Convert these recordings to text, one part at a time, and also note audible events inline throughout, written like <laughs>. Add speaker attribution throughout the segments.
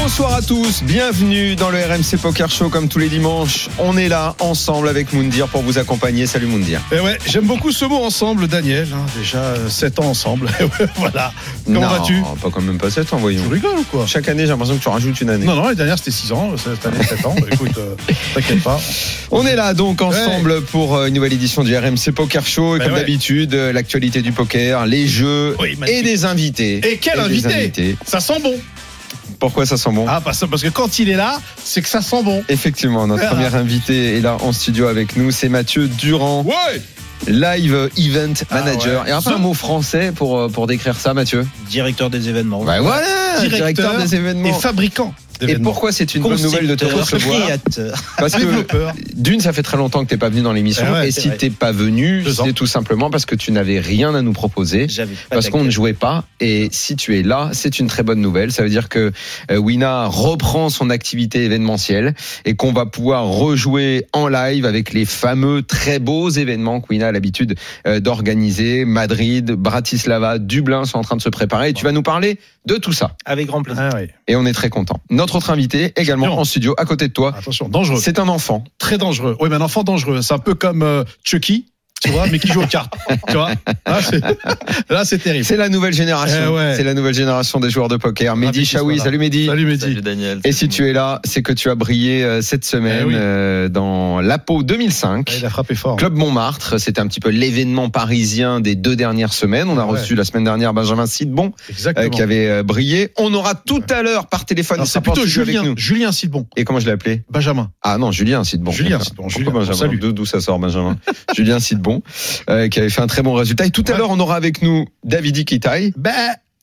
Speaker 1: Bonsoir à tous, bienvenue dans le RMC Poker Show comme tous les dimanches. On est là ensemble avec Moundir pour vous accompagner. Salut Moundir.
Speaker 2: Eh ouais, j'aime beaucoup ce mot ensemble, Daniel. hein, déjà euh, sept ans ensemble. <laughs> voilà. Comment
Speaker 1: Non,
Speaker 2: vas-tu
Speaker 1: Pas quand même pas 7 ans, hein, voyons.
Speaker 2: Tu rigoles ou quoi
Speaker 1: Chaque année, j'ai l'impression que tu rajoutes une année.
Speaker 2: Non, non, les dernières c'était 6 ans, cette année 7 ans. Bah, écoute,
Speaker 1: <laughs>
Speaker 2: euh, t'inquiète pas.
Speaker 1: On est là donc ensemble pour euh, une nouvelle édition du RMC Poker Show. Et
Speaker 2: Ben
Speaker 1: comme
Speaker 2: ouais.
Speaker 1: d'habitude, euh, l'actualité du poker, les jeux
Speaker 2: Oui, magnifique.
Speaker 1: et des invités.
Speaker 2: Et quel
Speaker 1: des
Speaker 2: invité,
Speaker 1: invités.
Speaker 2: Ça sent bon.
Speaker 1: Pourquoi ça sent bon
Speaker 2: Ah, parce, parce que quand il est là, c'est que ça sent bon.
Speaker 1: Effectivement, notre
Speaker 2: Ah.
Speaker 1: premier invité est là en studio avec nous, c'est Mathieu Durand,
Speaker 2: Ouais
Speaker 1: Live Event
Speaker 2: Ah
Speaker 1: Manager.
Speaker 2: ouais.
Speaker 1: Et enfin un mot français pour, euh, pour décrire ça, Mathieu
Speaker 3: directeur des événements.
Speaker 1: Bah voilà, directeur,
Speaker 2: Directeur
Speaker 1: des événements.
Speaker 2: Et fabricant.
Speaker 1: Et
Speaker 2: d'événements.
Speaker 1: pourquoi c'est une bonne nouvelle de te
Speaker 3: Constructeur,
Speaker 1: recevoir
Speaker 3: créateur.
Speaker 1: Parce que
Speaker 2: Développeur.
Speaker 1: d'une, ça fait très longtemps que t'es pas venu dans l'émission,
Speaker 2: Eh ouais,
Speaker 1: et
Speaker 3: c'est
Speaker 1: si
Speaker 3: vrai.
Speaker 1: t'es pas venu,
Speaker 2: Deux ans.
Speaker 1: c'est tout simplement parce que tu n'avais rien à nous proposer.
Speaker 3: J'avais pas
Speaker 1: Parce qu'on ne
Speaker 3: d'acteur.
Speaker 1: jouait pas et si tu es là, c'est une très bonne nouvelle. Ça veut dire que euh, Wina reprend son activité événementielle et qu'on va pouvoir rejouer en live avec les fameux très beaux événements que Wina a l'habitude euh, d'organiser. Madrid, Bratislava, Dublin sont en train de se préparer et tu vas nous parler de tout ça.
Speaker 3: Avec grand plaisir.
Speaker 2: Ah oui.
Speaker 1: Et on est très content. Notre autre invité également
Speaker 2: Durand.
Speaker 1: en studio à côté de toi,
Speaker 2: Attention, dangereux.
Speaker 1: c'est un enfant.
Speaker 2: très dangereux. Oui, mais un enfant dangereux. C'est un peu comme euh, Chucky, tu vois, mais qui joue aux
Speaker 1: <laughs>
Speaker 2: cartes. Tu vois Là, c'est- Là, c'est terrible.
Speaker 1: C'est la nouvelle génération.
Speaker 2: Eh ouais. Ah,
Speaker 1: C'est la nouvelle génération des joueurs de poker. Mehdi
Speaker 2: Ravi qu'il
Speaker 1: Chaoui,
Speaker 2: soit là.
Speaker 1: salut Mehdi.
Speaker 2: Salut Mehdi.
Speaker 4: Daniel.
Speaker 1: Et si tu es là, c'est que tu as brillé euh, cette semaine
Speaker 2: Eh oui.
Speaker 1: euh, dans l'APO
Speaker 2: Ah,
Speaker 1: 2005.
Speaker 2: Il a frappé fort.
Speaker 1: Club Montmartre, c'était un petit peu l'événement parisien des deux dernières semaines. On a
Speaker 2: Ah ouais.
Speaker 1: reçu la semaine dernière Benjamin Sidbon euh,
Speaker 2: Exactement.
Speaker 1: qui avait euh, brillé. On aura tout à l'heure par téléphone.
Speaker 2: Alors,
Speaker 1: il
Speaker 2: c'est
Speaker 1: sera en
Speaker 2: plutôt
Speaker 1: studio avec
Speaker 2: Julien,
Speaker 1: nous.
Speaker 2: Julien Sidbon,
Speaker 1: Et comment je l'ai appelé
Speaker 2: Benjamin.
Speaker 1: Ah non, Julien Sidbon.
Speaker 2: Julien
Speaker 1: D'accord.
Speaker 2: Sidbon,
Speaker 1: Pourquoi
Speaker 2: Julien,
Speaker 1: Benjamin
Speaker 2: on salue.
Speaker 1: D'où- D'où ça sort Benjamin Julien Sidbon, euh, qui avait fait un très bon résultat. Et tout à
Speaker 2: Ouais.
Speaker 1: l'heure, on aura avec nous David Iquitaille.
Speaker 2: Ben,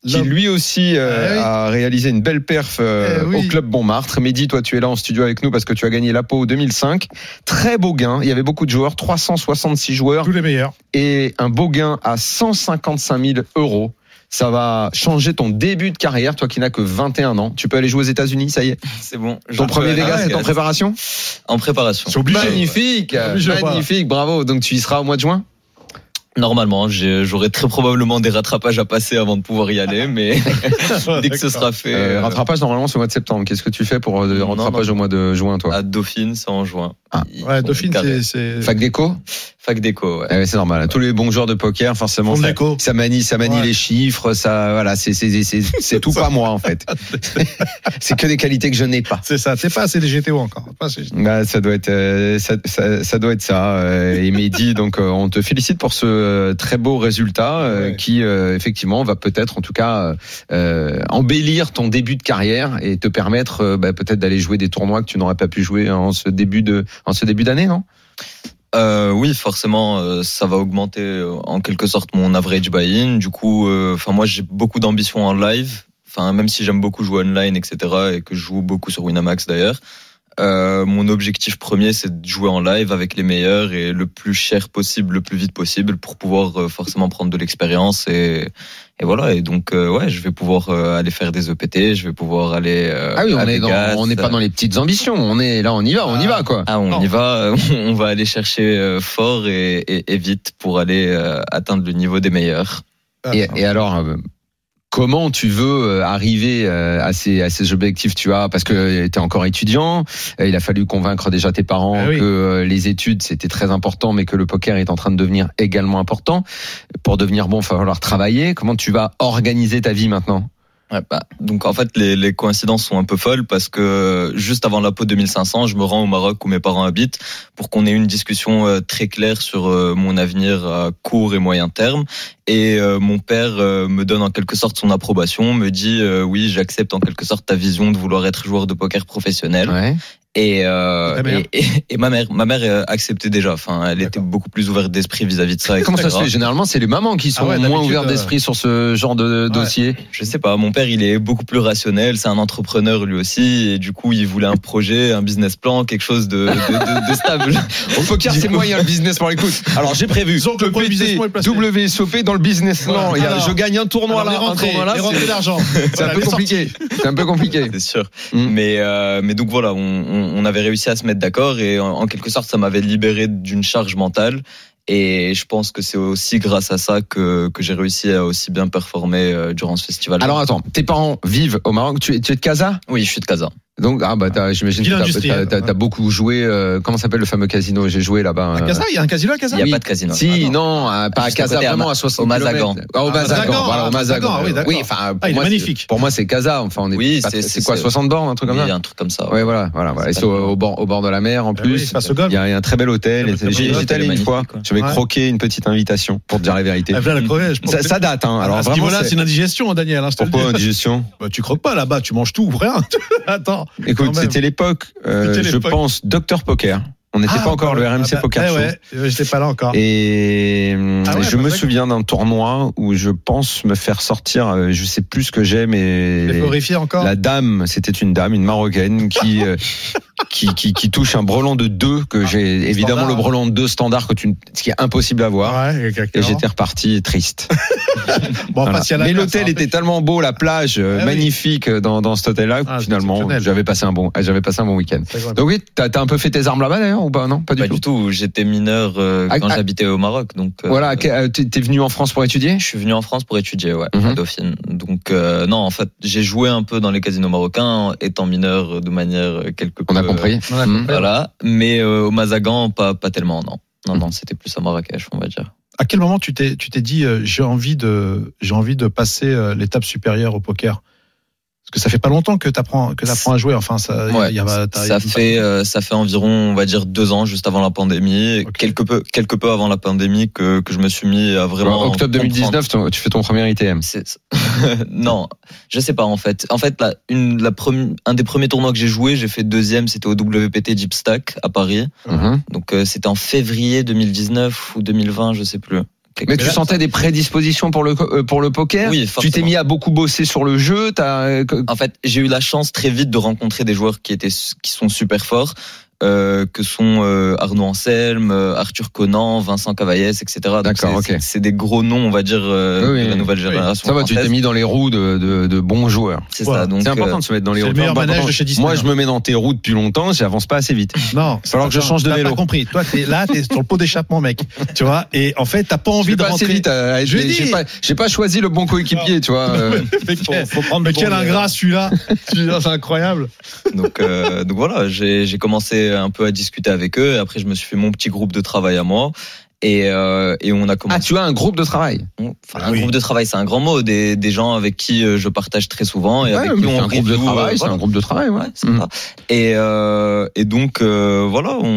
Speaker 1: qui lui aussi euh,
Speaker 2: Ah oui.
Speaker 1: a réalisé une belle perf euh,
Speaker 2: Eh oui.
Speaker 1: au club Montmartre. Mehdi, toi tu es là en studio avec nous parce que tu as gagné la peau 2005. Très beau gain, il y avait beaucoup de joueurs, 366 joueurs
Speaker 2: tous les meilleurs.
Speaker 1: et un beau gain à 155 000 euros. Ça va changer ton début de carrière, toi qui n'as que 21 ans. Tu peux aller jouer aux États-Unis, ça y est.
Speaker 5: C'est bon. Je
Speaker 1: Ton
Speaker 5: peux
Speaker 1: premier
Speaker 5: aller à
Speaker 1: Vegas
Speaker 2: Ah
Speaker 5: Las
Speaker 1: est en
Speaker 5: Vegas.
Speaker 1: préparation
Speaker 5: En préparation.
Speaker 2: C'est obligé.
Speaker 1: Magnifique,
Speaker 2: Obligé, voilà.
Speaker 1: magnifique, bravo. Donc tu y seras au mois de juin
Speaker 5: Normalement, hein, j'ai- j'aurai très probablement des rattrapages à passer avant de pouvoir y
Speaker 1: <laughs>
Speaker 5: aller, mais dès que ce sera fait.
Speaker 1: Euh,
Speaker 5: euh,
Speaker 1: Rattrapage normalement c'est au mois de septembre. Qu'est-ce que tu fais pour euh, le
Speaker 5: Non,
Speaker 1: rattrapage
Speaker 5: non.
Speaker 1: au mois de juin, toi
Speaker 5: À Dauphine, c'est en juin.
Speaker 1: Ah.
Speaker 5: Ils
Speaker 2: Ouais,
Speaker 5: font
Speaker 2: Dauphine,
Speaker 5: carré.
Speaker 2: c'est- c'est.
Speaker 1: Fac déco
Speaker 5: Fac déco, ouais.
Speaker 1: Eh ouais, c'est normal. Tous les bons joueurs de poker, forcément,
Speaker 2: Fond de
Speaker 1: ça,
Speaker 2: déco.
Speaker 1: ça manie, ça manie
Speaker 2: Ouais.
Speaker 1: les chiffres, ça, voilà, c'est, c'est, c'est, c'est <laughs> tout pas moi en fait. c'est que des qualités que je n'ai pas.
Speaker 2: C'est ça. T'es pas assez des GTO encore. Pas assez-
Speaker 1: Ouais, ça doit être, euh, ça, ça- ça doit être ça. euh, et Mehdi, <laughs> donc, euh, on te félicite pour ce euh, très beau résultat euh,
Speaker 2: Ouais.
Speaker 1: qui, euh, effectivement, va peut-être, en tout cas, euh, euh, embellir ton début de carrière et te permettre, euh, bah, peut-être, d'aller jouer des tournois que tu n'aurais pas pu jouer en ce début de, en ce début d'année, non
Speaker 5: Euh, oui, forcément, euh, ça va augmenter euh, en quelque sorte mon average buy-in. Du coup, euh, enfin moi, j'ai beaucoup d'ambition en live. Enfin, même si j'aime beaucoup jouer online, etc., et que je joue beaucoup sur Winamax d'ailleurs, euh, mon objectif premier, c'est de jouer en live avec les meilleurs et le plus cher possible, le plus vite possible, pour pouvoir euh, forcément prendre de l'expérience et, et voilà. Et donc, euh, ouais, je vais pouvoir euh, aller faire des EPT, je vais pouvoir aller. euh,
Speaker 1: Ah oui, on
Speaker 5: à
Speaker 1: est,
Speaker 5: Vegas.
Speaker 1: dans, on n'est pas dans les petites ambitions. On est là, on y va, on y va, quoi.
Speaker 5: Ah, on
Speaker 2: Non.
Speaker 5: y va, <laughs> on va aller chercher euh, fort et, et- et vite pour aller euh, atteindre le niveau des meilleurs.
Speaker 2: Ah,
Speaker 1: Et, et alors, euh, comment tu veux euh, arriver euh, à ces, à ces objectifs tu as Parce que tu es encore étudiant, euh, il a fallu convaincre déjà tes parents
Speaker 2: Ah oui.
Speaker 1: que euh, les études, c'était très important, mais que le poker est en train de devenir également important. Pour devenir bon, il va falloir travailler. Comment tu vas organiser ta vie maintenant
Speaker 5: Ouais, bah, donc en fait, les, les coïncidences sont un peu folles parce que euh, juste avant la peau 2500, je me rends au Maroc où mes parents habitent pour qu'on ait une discussion euh, très claire sur euh, mon avenir à court et moyen terme. Et euh, mon père euh, me donne en quelque sorte son approbation, me dit euh, oui, j'accepte en quelque sorte ta vision de vouloir être joueur de poker professionnel.
Speaker 1: ouais.
Speaker 5: Et, euh,
Speaker 2: Et ta mère
Speaker 5: et, et- et ma mère, ma mère euh, acceptait déjà. Enfin, elle était beaucoup plus ouverte d'esprit vis-à-vis de ça.
Speaker 1: Comment ça
Speaker 5: etc.
Speaker 1: se fait Généralement, c'est les mamans qui sont
Speaker 2: Ah ouais,
Speaker 1: moins
Speaker 2: d'habitude,
Speaker 1: ouvertes d'esprit sur ce genre de dossier.
Speaker 5: Je sais pas. Mon père, il est beaucoup plus rationnel. C'est un entrepreneur lui aussi, et du coup, il voulait un projet, un business plan, quelque chose de, de- de- de stable.
Speaker 1: Au poker, c'est moyen le business plan. Écoute, <laughs> alors j'ai prévu. <laughs>
Speaker 2: Disons que le premier business plan est placé.
Speaker 1: WSOP dans le business plan.
Speaker 2: Voilà.
Speaker 1: Il y a-
Speaker 2: Alors,
Speaker 1: je gagne un tournoi
Speaker 2: Alors, les
Speaker 1: là, un
Speaker 2: rentrées,
Speaker 1: tournoi là.
Speaker 2: les
Speaker 1: c'est-
Speaker 2: rentrées d'argent.
Speaker 1: <laughs> C'est un peu compliqué. C'est un peu compliqué.
Speaker 2: <laughs>
Speaker 5: C'est sûr.
Speaker 1: Mm.
Speaker 5: Mais, euh, mais donc voilà, on, on- on avait réussi à se mettre d'accord et en, en quelque sorte, ça m'avait libéré d'une charge mentale. Et je pense que c'est aussi grâce à ça que, que j'ai réussi à aussi bien performer euh, durant ce festival.
Speaker 1: Alors attends, tes parents vivent au Maroc. Tu es, tu es de Casa
Speaker 5: oui, je suis de Casa.
Speaker 1: Donc ah bah t'as- j'imagine que
Speaker 2: Ville
Speaker 1: t'as-
Speaker 2: industrielle.
Speaker 1: t'as- t'as t'as beaucoup joué. euh, comment s'appelle le fameux casino J'ai joué là-bas.
Speaker 2: À
Speaker 1: euh,
Speaker 2: Casa, Ah, il y a un casino à Casa
Speaker 5: Il n'y a
Speaker 1: Oui.
Speaker 5: pas de casino.
Speaker 1: Si, non, à- pas à
Speaker 5: Juste à
Speaker 1: Casa,
Speaker 5: côté, à
Speaker 1: vraiment
Speaker 5: Ma-
Speaker 1: à 60
Speaker 5: au Mazagan.
Speaker 1: kilomètres. Ah, au
Speaker 5: Ah,
Speaker 1: Mazagan,
Speaker 2: Mazagan,
Speaker 1: voilà,
Speaker 2: ah,
Speaker 1: au Mazagan.
Speaker 2: Mazagan, oui, d'accord. Ah,
Speaker 1: Oui, enfin, pour
Speaker 2: il est
Speaker 1: moi, c'est-
Speaker 2: magnifique.
Speaker 1: Pour moi, c'est Casa. Enfin, on est.
Speaker 5: Oui,
Speaker 1: pas-
Speaker 5: c'est-
Speaker 1: c'est quoi,
Speaker 5: c'est-
Speaker 1: 60 bornes, un truc comme
Speaker 5: Il
Speaker 1: ça
Speaker 5: y a un truc comme ça.
Speaker 1: Ouais, voilà, voilà. voilà. Et
Speaker 5: C'est
Speaker 1: c'est
Speaker 5: pas
Speaker 1: au, au bord, au bord de la mer en
Speaker 2: Ah
Speaker 1: plus.
Speaker 2: oui, face au golf.
Speaker 1: il y a un très bel hôtel.
Speaker 2: Le
Speaker 1: et c'est-
Speaker 2: très
Speaker 1: J'y
Speaker 2: bel
Speaker 1: j'étais allé une
Speaker 5: hôtel,
Speaker 1: fois.
Speaker 5: magnifique, ouais.
Speaker 1: J'avais
Speaker 2: Ouais.
Speaker 1: croqué une petite invitation pour te dire la vérité.
Speaker 2: Ah, voilà, le crevet, je pense
Speaker 1: Ça,
Speaker 2: que-
Speaker 1: ça date, hein. Alors
Speaker 2: à ce
Speaker 1: vraiment,
Speaker 2: niveau-là,
Speaker 1: c'est-
Speaker 2: c'est une indigestion, hein, Daniel. hein, je te le dis. <laughs>
Speaker 1: pourquoi indigestion
Speaker 2: Bah, tu croques pas là-bas, tu manges tout
Speaker 1: <laughs>
Speaker 2: ou rien. <laughs> Attends.
Speaker 1: Écoute,
Speaker 2: Quand même.
Speaker 1: c'était l'époque, euh,
Speaker 2: C'était
Speaker 1: je
Speaker 2: l'époque.
Speaker 1: pense, Docteur Poker. On n'était
Speaker 2: Ah,
Speaker 1: pas encore le
Speaker 2: bah,
Speaker 1: RMC
Speaker 2: bah,
Speaker 1: Poker
Speaker 2: eh
Speaker 1: Show.
Speaker 2: ouais, euh, j'étais pas là encore.
Speaker 1: Et hum,
Speaker 2: Ah ouais,
Speaker 1: je
Speaker 2: bah,
Speaker 1: me
Speaker 2: d'accord.
Speaker 1: souviens d'un tournoi où je pense me faire sortir, euh, je sais plus ce que j'ai,
Speaker 2: T'es
Speaker 1: mais
Speaker 2: horrifié encore.
Speaker 1: la dame, c'était une dame, une marocaine
Speaker 2: <laughs>
Speaker 1: qui euh, qui, qui, qui touche un brelan de 2 que
Speaker 2: Ah,
Speaker 1: j'ai évidemment
Speaker 2: standard.
Speaker 1: le brelan de 2 standard que tu ne- ce qui est impossible à voir.
Speaker 2: Ouais,
Speaker 1: Et
Speaker 2: exactement.
Speaker 1: j'étais reparti triste.
Speaker 2: Bon,
Speaker 1: Voilà.
Speaker 2: enfin, s'il y a la
Speaker 1: Mais
Speaker 2: glace,
Speaker 1: l'hôtel
Speaker 2: hein,
Speaker 1: était tellement beau, la plage euh,
Speaker 2: Ah oui.
Speaker 1: magnifique euh, dans, dans cet hôtel-là.
Speaker 2: Ah, c'est
Speaker 1: finalement,
Speaker 2: exceptionnel.
Speaker 1: j'avais passé un bon, euh, j'avais passé un bon week-end.
Speaker 2: c'est vrai.
Speaker 1: Donc oui, t'as t'as un peu fait tes armes là-bas d'ailleurs ou pas Non, pas du
Speaker 5: Pas
Speaker 1: tout.
Speaker 5: Bah, du tout. J'étais mineur euh,
Speaker 1: Ah,
Speaker 5: quand
Speaker 1: ah.
Speaker 5: j'habitais au Maroc. Donc, euh,
Speaker 1: Voilà, que- euh, t'es t'es venu en France pour étudier
Speaker 5: Je suis venu en France pour étudier, ouais,
Speaker 1: Mhm.
Speaker 5: à Dauphine. Donc, euh, non, en fait, j'ai joué un peu dans les casinos marocains, étant mineur euh, de manière euh, quelque peu.
Speaker 1: On a compris. Mhm.
Speaker 5: euh, voilà. Mais euh, au Mazagan, pas, pas tellement, non. Non, non, c'était plus à Marrakech, on va dire.
Speaker 2: À quel moment tu t'es, tu t'es dit, euh, j'ai envie de, j'ai envie de passer euh, l'étape supérieure au poker Parce que ça fait pas longtemps que t'apprends, que t'apprends à jouer. Enfin, ça, il y a- il y a- t'as-
Speaker 5: ça fait, euh, ça fait environ, on va dire, deux ans juste avant la pandémie,
Speaker 2: Ok.
Speaker 5: quelque peu, quelque peu avant la pandémie que, que je me suis mis à vraiment.
Speaker 1: Alors, octobre
Speaker 5: comprendre.
Speaker 1: 2019, ton- tu fais ton premier ITM.
Speaker 5: C'est- <laughs> non, je sais pas en fait. En fait, la, une, la premi- un des premiers tournois que j'ai joué, j'ai fait deuxième, c'était au WPT Jeep Stack à Paris.
Speaker 1: Mhm.
Speaker 5: Donc euh, c'était en février 2019 ou 2020, je sais plus. Quelque-
Speaker 1: Mais tu sentais des prédispositions pour le co- euh, pour le poker.
Speaker 5: Oui,
Speaker 1: tu t'es
Speaker 5: forcément. Ah,
Speaker 1: mis à beaucoup bosser sur le jeu. T'as euh, que-
Speaker 5: En fait, j'ai eu la chance très vite de rencontrer des joueurs qui étaient qui sont super forts, euh, que sont euh, Arnaud Anselme, euh, Arthur Conan, Vincent Cavaillès, etc. Donc,
Speaker 1: D'accord,
Speaker 5: c'est-
Speaker 1: ok.
Speaker 5: c'est- C'est des gros noms, on va dire, euh,
Speaker 1: Oui,
Speaker 5: de la
Speaker 1: oui.
Speaker 5: nouvelle
Speaker 2: Oui.
Speaker 5: génération.
Speaker 1: ça va, tu t'es
Speaker 5: française.
Speaker 1: mis dans les roues de, de, de bons joueurs.
Speaker 5: C'est
Speaker 2: Voilà.
Speaker 5: ça. Donc
Speaker 1: C'est important
Speaker 5: euh,
Speaker 1: de se mettre dans les
Speaker 2: c'est
Speaker 1: roues.
Speaker 2: le meilleur
Speaker 1: Non, bah,
Speaker 2: manège
Speaker 1: attends,
Speaker 2: de chez Disney,
Speaker 1: Moi,
Speaker 2: hein.
Speaker 1: je me mets dans tes roues depuis longtemps. J'avance pas assez vite.
Speaker 2: Non,
Speaker 1: va falloir que je change de
Speaker 2: T'as
Speaker 1: vélo.
Speaker 2: pas compris. Toi, t'es là, t'es sur le pot d'échappement,
Speaker 1: <laughs>
Speaker 2: mec. Tu vois. Et en fait, t'as pas
Speaker 1: Je vais
Speaker 2: envie de
Speaker 1: pas assez
Speaker 2: rentrer.
Speaker 1: vite. euh,
Speaker 2: Je l'ai
Speaker 1: j'ai-
Speaker 2: dit.
Speaker 1: J'ai pas, j'ai pas choisi le bon coéquipier, tu vois. euh.
Speaker 2: Mais quel,
Speaker 1: prendre
Speaker 2: mais
Speaker 1: le
Speaker 2: quel
Speaker 1: bon, euh,
Speaker 2: ingrat celui-là Celui-là, C'est incroyable.
Speaker 5: Donc, euh, donc voilà, j'ai j'ai commencé un peu à discuter avec eux. Après, je me suis fait mon petit groupe de travail à moi. Et, euh, et on
Speaker 1: <laughs>
Speaker 5: a
Speaker 1: Ah,
Speaker 5: commencé.
Speaker 1: tu as un groupe de travail.
Speaker 5: enfin,
Speaker 2: Ah
Speaker 5: un
Speaker 2: oui.
Speaker 5: groupe de travail, c'est un grand mot. Des, des gens avec qui euh, je partage très souvent et
Speaker 1: Ouais,
Speaker 5: avec
Speaker 1: mais
Speaker 5: qui
Speaker 1: c'est
Speaker 5: on
Speaker 1: un groupe de
Speaker 5: review, euh,
Speaker 1: travail. C'est
Speaker 5: voilà.
Speaker 1: un groupe de travail. ouais.
Speaker 5: Ouais, c'est
Speaker 1: Mhm.
Speaker 5: ça. Et, euh, et donc euh, voilà, on,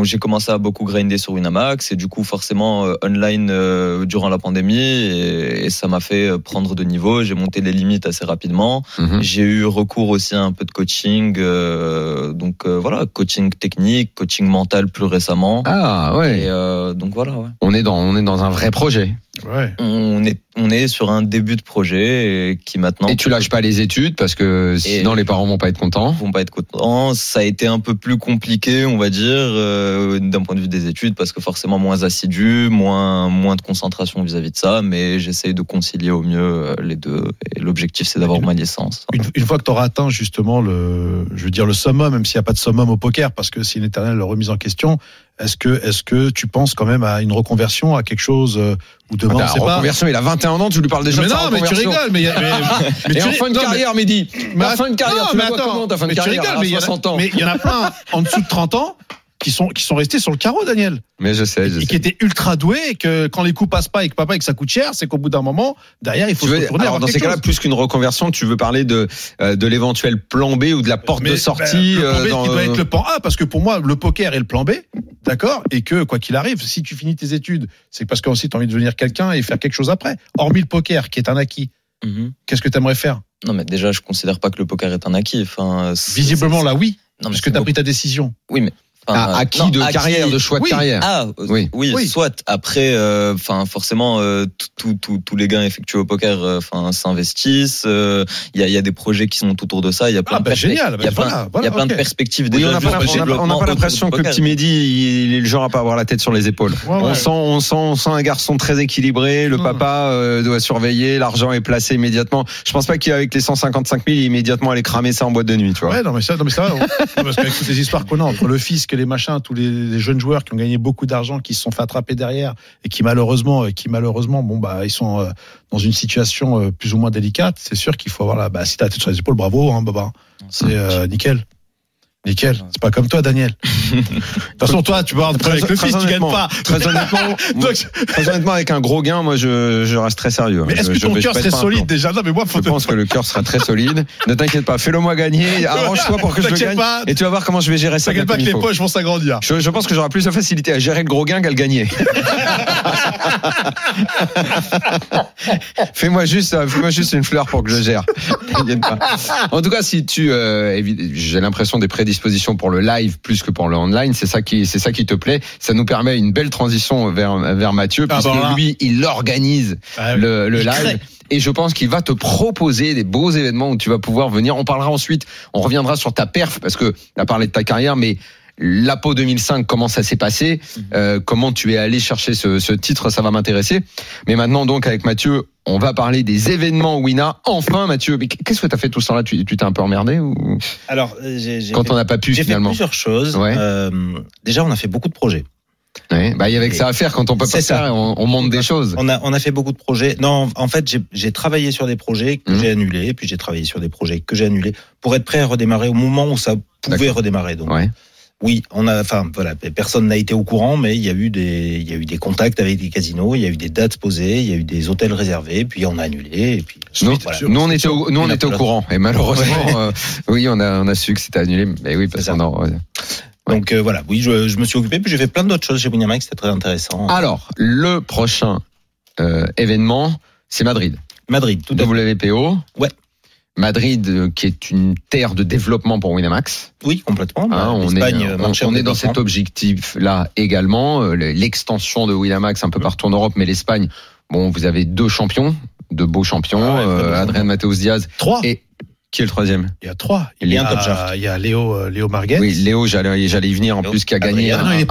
Speaker 5: on- j'ai commencé à beaucoup grinder sur Winamax et du coup forcément euh, online euh, durant la pandémie et, et ça m'a fait euh, prendre de niveau. J'ai monté les limites assez rapidement.
Speaker 1: Mhm.
Speaker 5: J'ai eu recours aussi à un peu de coaching, euh, donc euh, voilà, coaching technique, coaching mental plus récemment.
Speaker 1: Ah ouais.
Speaker 5: Et euh, donc voilà, ouais.
Speaker 1: On est dans on est dans un vrai projet.
Speaker 2: Ouais.
Speaker 5: on est on est sur un début de projet et qui maintenant
Speaker 1: Et tu lâches pas les études parce que sinon les parents vont pas être contents.
Speaker 5: vont pas être contents. Ça a été un peu plus compliqué, on va dire, euh, d'un point de vue des études, parce que forcément moins assidu, moins moins de concentration vis-à-vis de ça. Mais j'essaye de concilier au mieux euh, les deux. Et l'objectif, c'est d'avoir ma licence.
Speaker 2: Une, une fois que tu auras atteint justement le, je veux dire le summum, même s'il n'y a pas de summum au poker, parce que c'est une éternelle remise en question. Est-ce que, est-ce que tu penses quand même à une reconversion, à quelque chose euh, ou
Speaker 1: Ah,
Speaker 2: demain,
Speaker 1: T'as
Speaker 2: on sait
Speaker 1: la
Speaker 2: pas.
Speaker 1: reconversion, il a 21 ans, tu lui parles déjà
Speaker 2: mais
Speaker 1: de sa
Speaker 2: non, mais tu
Speaker 1: reconversion.
Speaker 2: rigoles, mais, il y
Speaker 1: <laughs>
Speaker 2: a- mais- mais
Speaker 1: Et
Speaker 2: tu
Speaker 1: en
Speaker 2: ri-
Speaker 1: fin de
Speaker 2: non, mais-
Speaker 1: carrière, Mehdi. Mais en
Speaker 2: att-
Speaker 1: fin de carrière,
Speaker 2: non,
Speaker 1: tu
Speaker 2: mais
Speaker 1: la vois
Speaker 2: attends,
Speaker 1: comment ta fin de
Speaker 2: mais tu
Speaker 1: carrière
Speaker 2: rigoles,
Speaker 1: à
Speaker 2: mais il y en a-
Speaker 1: 60 ans
Speaker 2: Mais il y en a plein en dessous de 30 ans qui sont, qui sont restés sur le carreau, Daniel.
Speaker 1: Mais je sais, je
Speaker 2: et qui
Speaker 1: sais.
Speaker 2: était ultra doué et que quand les coups passent pas et que papa et que ça coûte cher, c'est qu'au bout d'un moment, derrière, il faut
Speaker 1: Tu
Speaker 2: se
Speaker 1: veux-
Speaker 2: retourner.
Speaker 1: alors,
Speaker 2: avoir
Speaker 1: dans ces
Speaker 2: quelque
Speaker 1: cas-là,
Speaker 2: chose.
Speaker 1: plus qu'une reconversion, tu veux parler de, euh, de l'éventuel plan B ou de la porte
Speaker 2: Mais,
Speaker 1: de sortie.
Speaker 2: ben, le
Speaker 1: euh,
Speaker 2: plan B,
Speaker 1: dans-
Speaker 2: il doit être le plan A parce que pour moi, le poker est le plan B, d'accord Et que quoi qu'il arrive, si tu finis tes études, c'est parce que aussi tu as envie de devenir quelqu'un et faire quelque chose après. Hormis le poker, qui est un acquis,
Speaker 5: Mhm.
Speaker 2: qu'est-ce que tu aimerais faire
Speaker 5: Non, mais déjà, je considère pas que le poker est un acquis. Enfin, c'est-
Speaker 2: Visiblement, là, oui.
Speaker 5: Non, mais
Speaker 2: Parce que
Speaker 5: c'est
Speaker 2: t'as
Speaker 5: beau-
Speaker 2: pris ta décision.
Speaker 5: Oui, mais. enfin,
Speaker 1: À,
Speaker 2: Ah,
Speaker 5: euh,
Speaker 1: à qui
Speaker 5: non,
Speaker 1: de
Speaker 5: à
Speaker 1: carrière,
Speaker 5: qui-
Speaker 1: de choix de
Speaker 2: Oui.
Speaker 1: carrière
Speaker 5: Ah, euh,
Speaker 1: Oui.
Speaker 5: oui,
Speaker 2: Oui.
Speaker 5: soit. Après, enfin, forcément, euh, tout- tout- tout- tous les gains effectués au poker, euh, enfin, s'investissent. euh, Il y, a, il y a des projets qui sont autour de ça. Il y a plein
Speaker 2: Ah,
Speaker 5: de
Speaker 2: bah,
Speaker 5: perspe-
Speaker 2: génial.
Speaker 5: Il y a
Speaker 2: Bah,
Speaker 5: plein,
Speaker 2: voilà,
Speaker 5: il y
Speaker 2: voilà,
Speaker 5: a plein de
Speaker 2: ok.
Speaker 5: perspectives
Speaker 1: Oui,
Speaker 5: déjà
Speaker 1: on n'a
Speaker 5: vues
Speaker 1: pas,
Speaker 5: sur le
Speaker 1: l'impression- on n'a pas- on n'a
Speaker 5: développement
Speaker 1: pas
Speaker 5: autour du
Speaker 1: l'impression que
Speaker 5: poker.
Speaker 1: Petit Mehdi, il est le genre à pas avoir la tête sur les épaules.
Speaker 2: Ouais,
Speaker 1: on,
Speaker 2: Ah ouais.
Speaker 1: Sent, on, sent, on sent un garçon très équilibré, le
Speaker 2: Mm.
Speaker 1: papa euh, doit surveiller, l'argent est placé immédiatement. Je pense pas qu'il, avec les 155 000, il est immédiatement allé cramer ça en boîte de nuit, tu vois.
Speaker 2: Ouais, non, mais ça, non, mais ça va. on- <laughs> non, parce qu'avec toutes les histoires qu'on a entre le fisc et les machins, tous les, les jeunes joueurs qui ont gagné beaucoup d'argent, qui se sont fait attraper derrière et qui malheureusement, et qui malheureusement, bon, bah, ils sont euh, dans une situation euh, plus ou moins délicate. C'est sûr qu'il faut avoir la, bah, si t'as la tête sur les épaules, bravo, hein, Baba. C'est euh, nickel. Nickel. C'est pas comme toi, Daniel. De toute façon, toi, tu vas avoir des problèmes avec le
Speaker 1: Très
Speaker 2: fisc, tu gagnes
Speaker 1: honnêtement,
Speaker 2: pas.
Speaker 1: Très honnêtement, moi,
Speaker 2: Donc,
Speaker 1: très honnêtement, avec un gros gain, moi, je, je reste très sérieux. hein.
Speaker 2: mais est-ce
Speaker 1: Je-
Speaker 2: que
Speaker 1: je
Speaker 2: ton
Speaker 1: vais- je
Speaker 2: cœur
Speaker 1: pète
Speaker 2: serait
Speaker 1: pas un
Speaker 2: solide
Speaker 1: plomb.
Speaker 2: déjà Non, mais moi, <laughs> faut
Speaker 1: Je
Speaker 2: te-
Speaker 1: pense que le cœur sera très solide. Ne t'inquiète pas, fais-le-moi
Speaker 2: <laughs>
Speaker 1: gagner, arrange-toi pour que je le
Speaker 2: T'inquiète
Speaker 1: gagne.
Speaker 2: pas.
Speaker 1: Et tu vas voir comment je vais gérer ça.
Speaker 2: T'inquiète pas
Speaker 1: comme
Speaker 2: que
Speaker 1: il
Speaker 2: les
Speaker 1: faut.
Speaker 2: poches vont s'agrandir.
Speaker 1: Je, je pense que j'aurai plus de facilité à gérer le gros gain qu'à le
Speaker 2: <laughs>
Speaker 1: gagner. fais-moi juste, euh, fais-moi juste une fleur pour que je gère. <laughs> T'inquiète pas. En tout cas, si tu, euh, évi- j'ai l'impression des prédispositions pour le live plus que pour le online, c'est ça qui, c'est ça qui te plaît. Ça nous permet une belle transition vers vers Mathieu
Speaker 2: Ah,
Speaker 1: puisque
Speaker 2: bah voilà.
Speaker 1: lui, il organise
Speaker 2: Ah, oui.
Speaker 1: le, le
Speaker 2: Il
Speaker 1: live.
Speaker 2: crée.
Speaker 1: Et je pense qu'il va te proposer des beaux événements où tu vas pouvoir venir. On parlera ensuite, on reviendra sur ta perf, parce que tu as parlé de ta carrière, mais l'APO 2005, comment ça s'est passé,
Speaker 3: Mhm.
Speaker 1: euh, comment tu es allé chercher ce, ce titre, ça va m'intéresser. Mais maintenant, donc, avec Mathieu, on va parler des événements Wina. Enfin, Mathieu, mais qu'est-ce que tu as fait tout ce temps-là Tu tu t'es un peu emmerdé ou...
Speaker 3: Alors, euh, j'ai j'ai
Speaker 1: quand
Speaker 3: fait,
Speaker 1: on n'a pas pu
Speaker 3: j'ai fait
Speaker 1: finalement
Speaker 3: plusieurs choses.
Speaker 1: Ouais.
Speaker 3: Euh, déjà, on a fait beaucoup de projets.
Speaker 1: Ouais, bah, Il y avait que ça à faire quand on peut pas
Speaker 3: C'est ça.
Speaker 1: faire, on, on monte des choses.
Speaker 3: On a, on a fait beaucoup de projets. Non, en fait, j'ai- j'ai travaillé sur des projets que
Speaker 1: Mhm.
Speaker 3: j'ai annulés, puis j'ai travaillé sur des projets que j'ai annulés pour être prêt à redémarrer au moment où ça pouvait redémarrer. Donc,
Speaker 1: Ouais.
Speaker 3: oui, on a, enfin, voilà, personne n'a été au courant, mais il y a eu des, il y a eu des contacts avec des casinos, il y a eu des dates posées, il y a eu des hôtels réservés, puis on a annulé, et puis.
Speaker 1: Nous,
Speaker 3: voilà.
Speaker 1: nous, on était, au, nous, on
Speaker 3: Il a
Speaker 1: était au
Speaker 3: pas
Speaker 1: courant. Et malheureusement, euh, oui, on a, on a su que c'était annulé. Mais oui, parce
Speaker 3: C'est ça.
Speaker 1: qu'on en- ouais. Ouais.
Speaker 3: Donc euh, voilà, oui, je, je me suis occupé, puis j'ai fait plein d'autres choses chez Winamax, c'était très intéressant.
Speaker 1: Alors, le prochain euh, événement, c'est Madrid.
Speaker 3: Madrid, tout à fait.
Speaker 1: WPO.
Speaker 3: Ouais.
Speaker 1: Madrid, euh, qui est une terre de développement pour Winamax.
Speaker 3: Oui, complètement.
Speaker 1: hein,
Speaker 3: Bah,
Speaker 1: on,
Speaker 3: l'Espagne,
Speaker 1: est,
Speaker 3: euh,
Speaker 1: on-
Speaker 3: marché
Speaker 1: on
Speaker 3: en
Speaker 1: est dans
Speaker 3: développement.
Speaker 1: cet objectif-là également. Euh, le- L'extension de Winamax un peu partout en Europe, mais l'Espagne, bon, vous avez deux champions, deux beaux champions,
Speaker 2: Ah ouais, très beaux
Speaker 1: euh, Adrien Mateos Diaz.
Speaker 2: Trois.
Speaker 1: Et qui est le troisième
Speaker 2: Il y a trois.
Speaker 3: Il y a un top
Speaker 2: a,
Speaker 3: shaft.
Speaker 2: il y a Léo, euh, Léo Marguet.
Speaker 1: Oui, Léo, j'allais j'allais y venir en
Speaker 3: Léo.
Speaker 1: plus, qui a gagné
Speaker 2: Adrien,
Speaker 1: un,
Speaker 2: non, il est
Speaker 1: un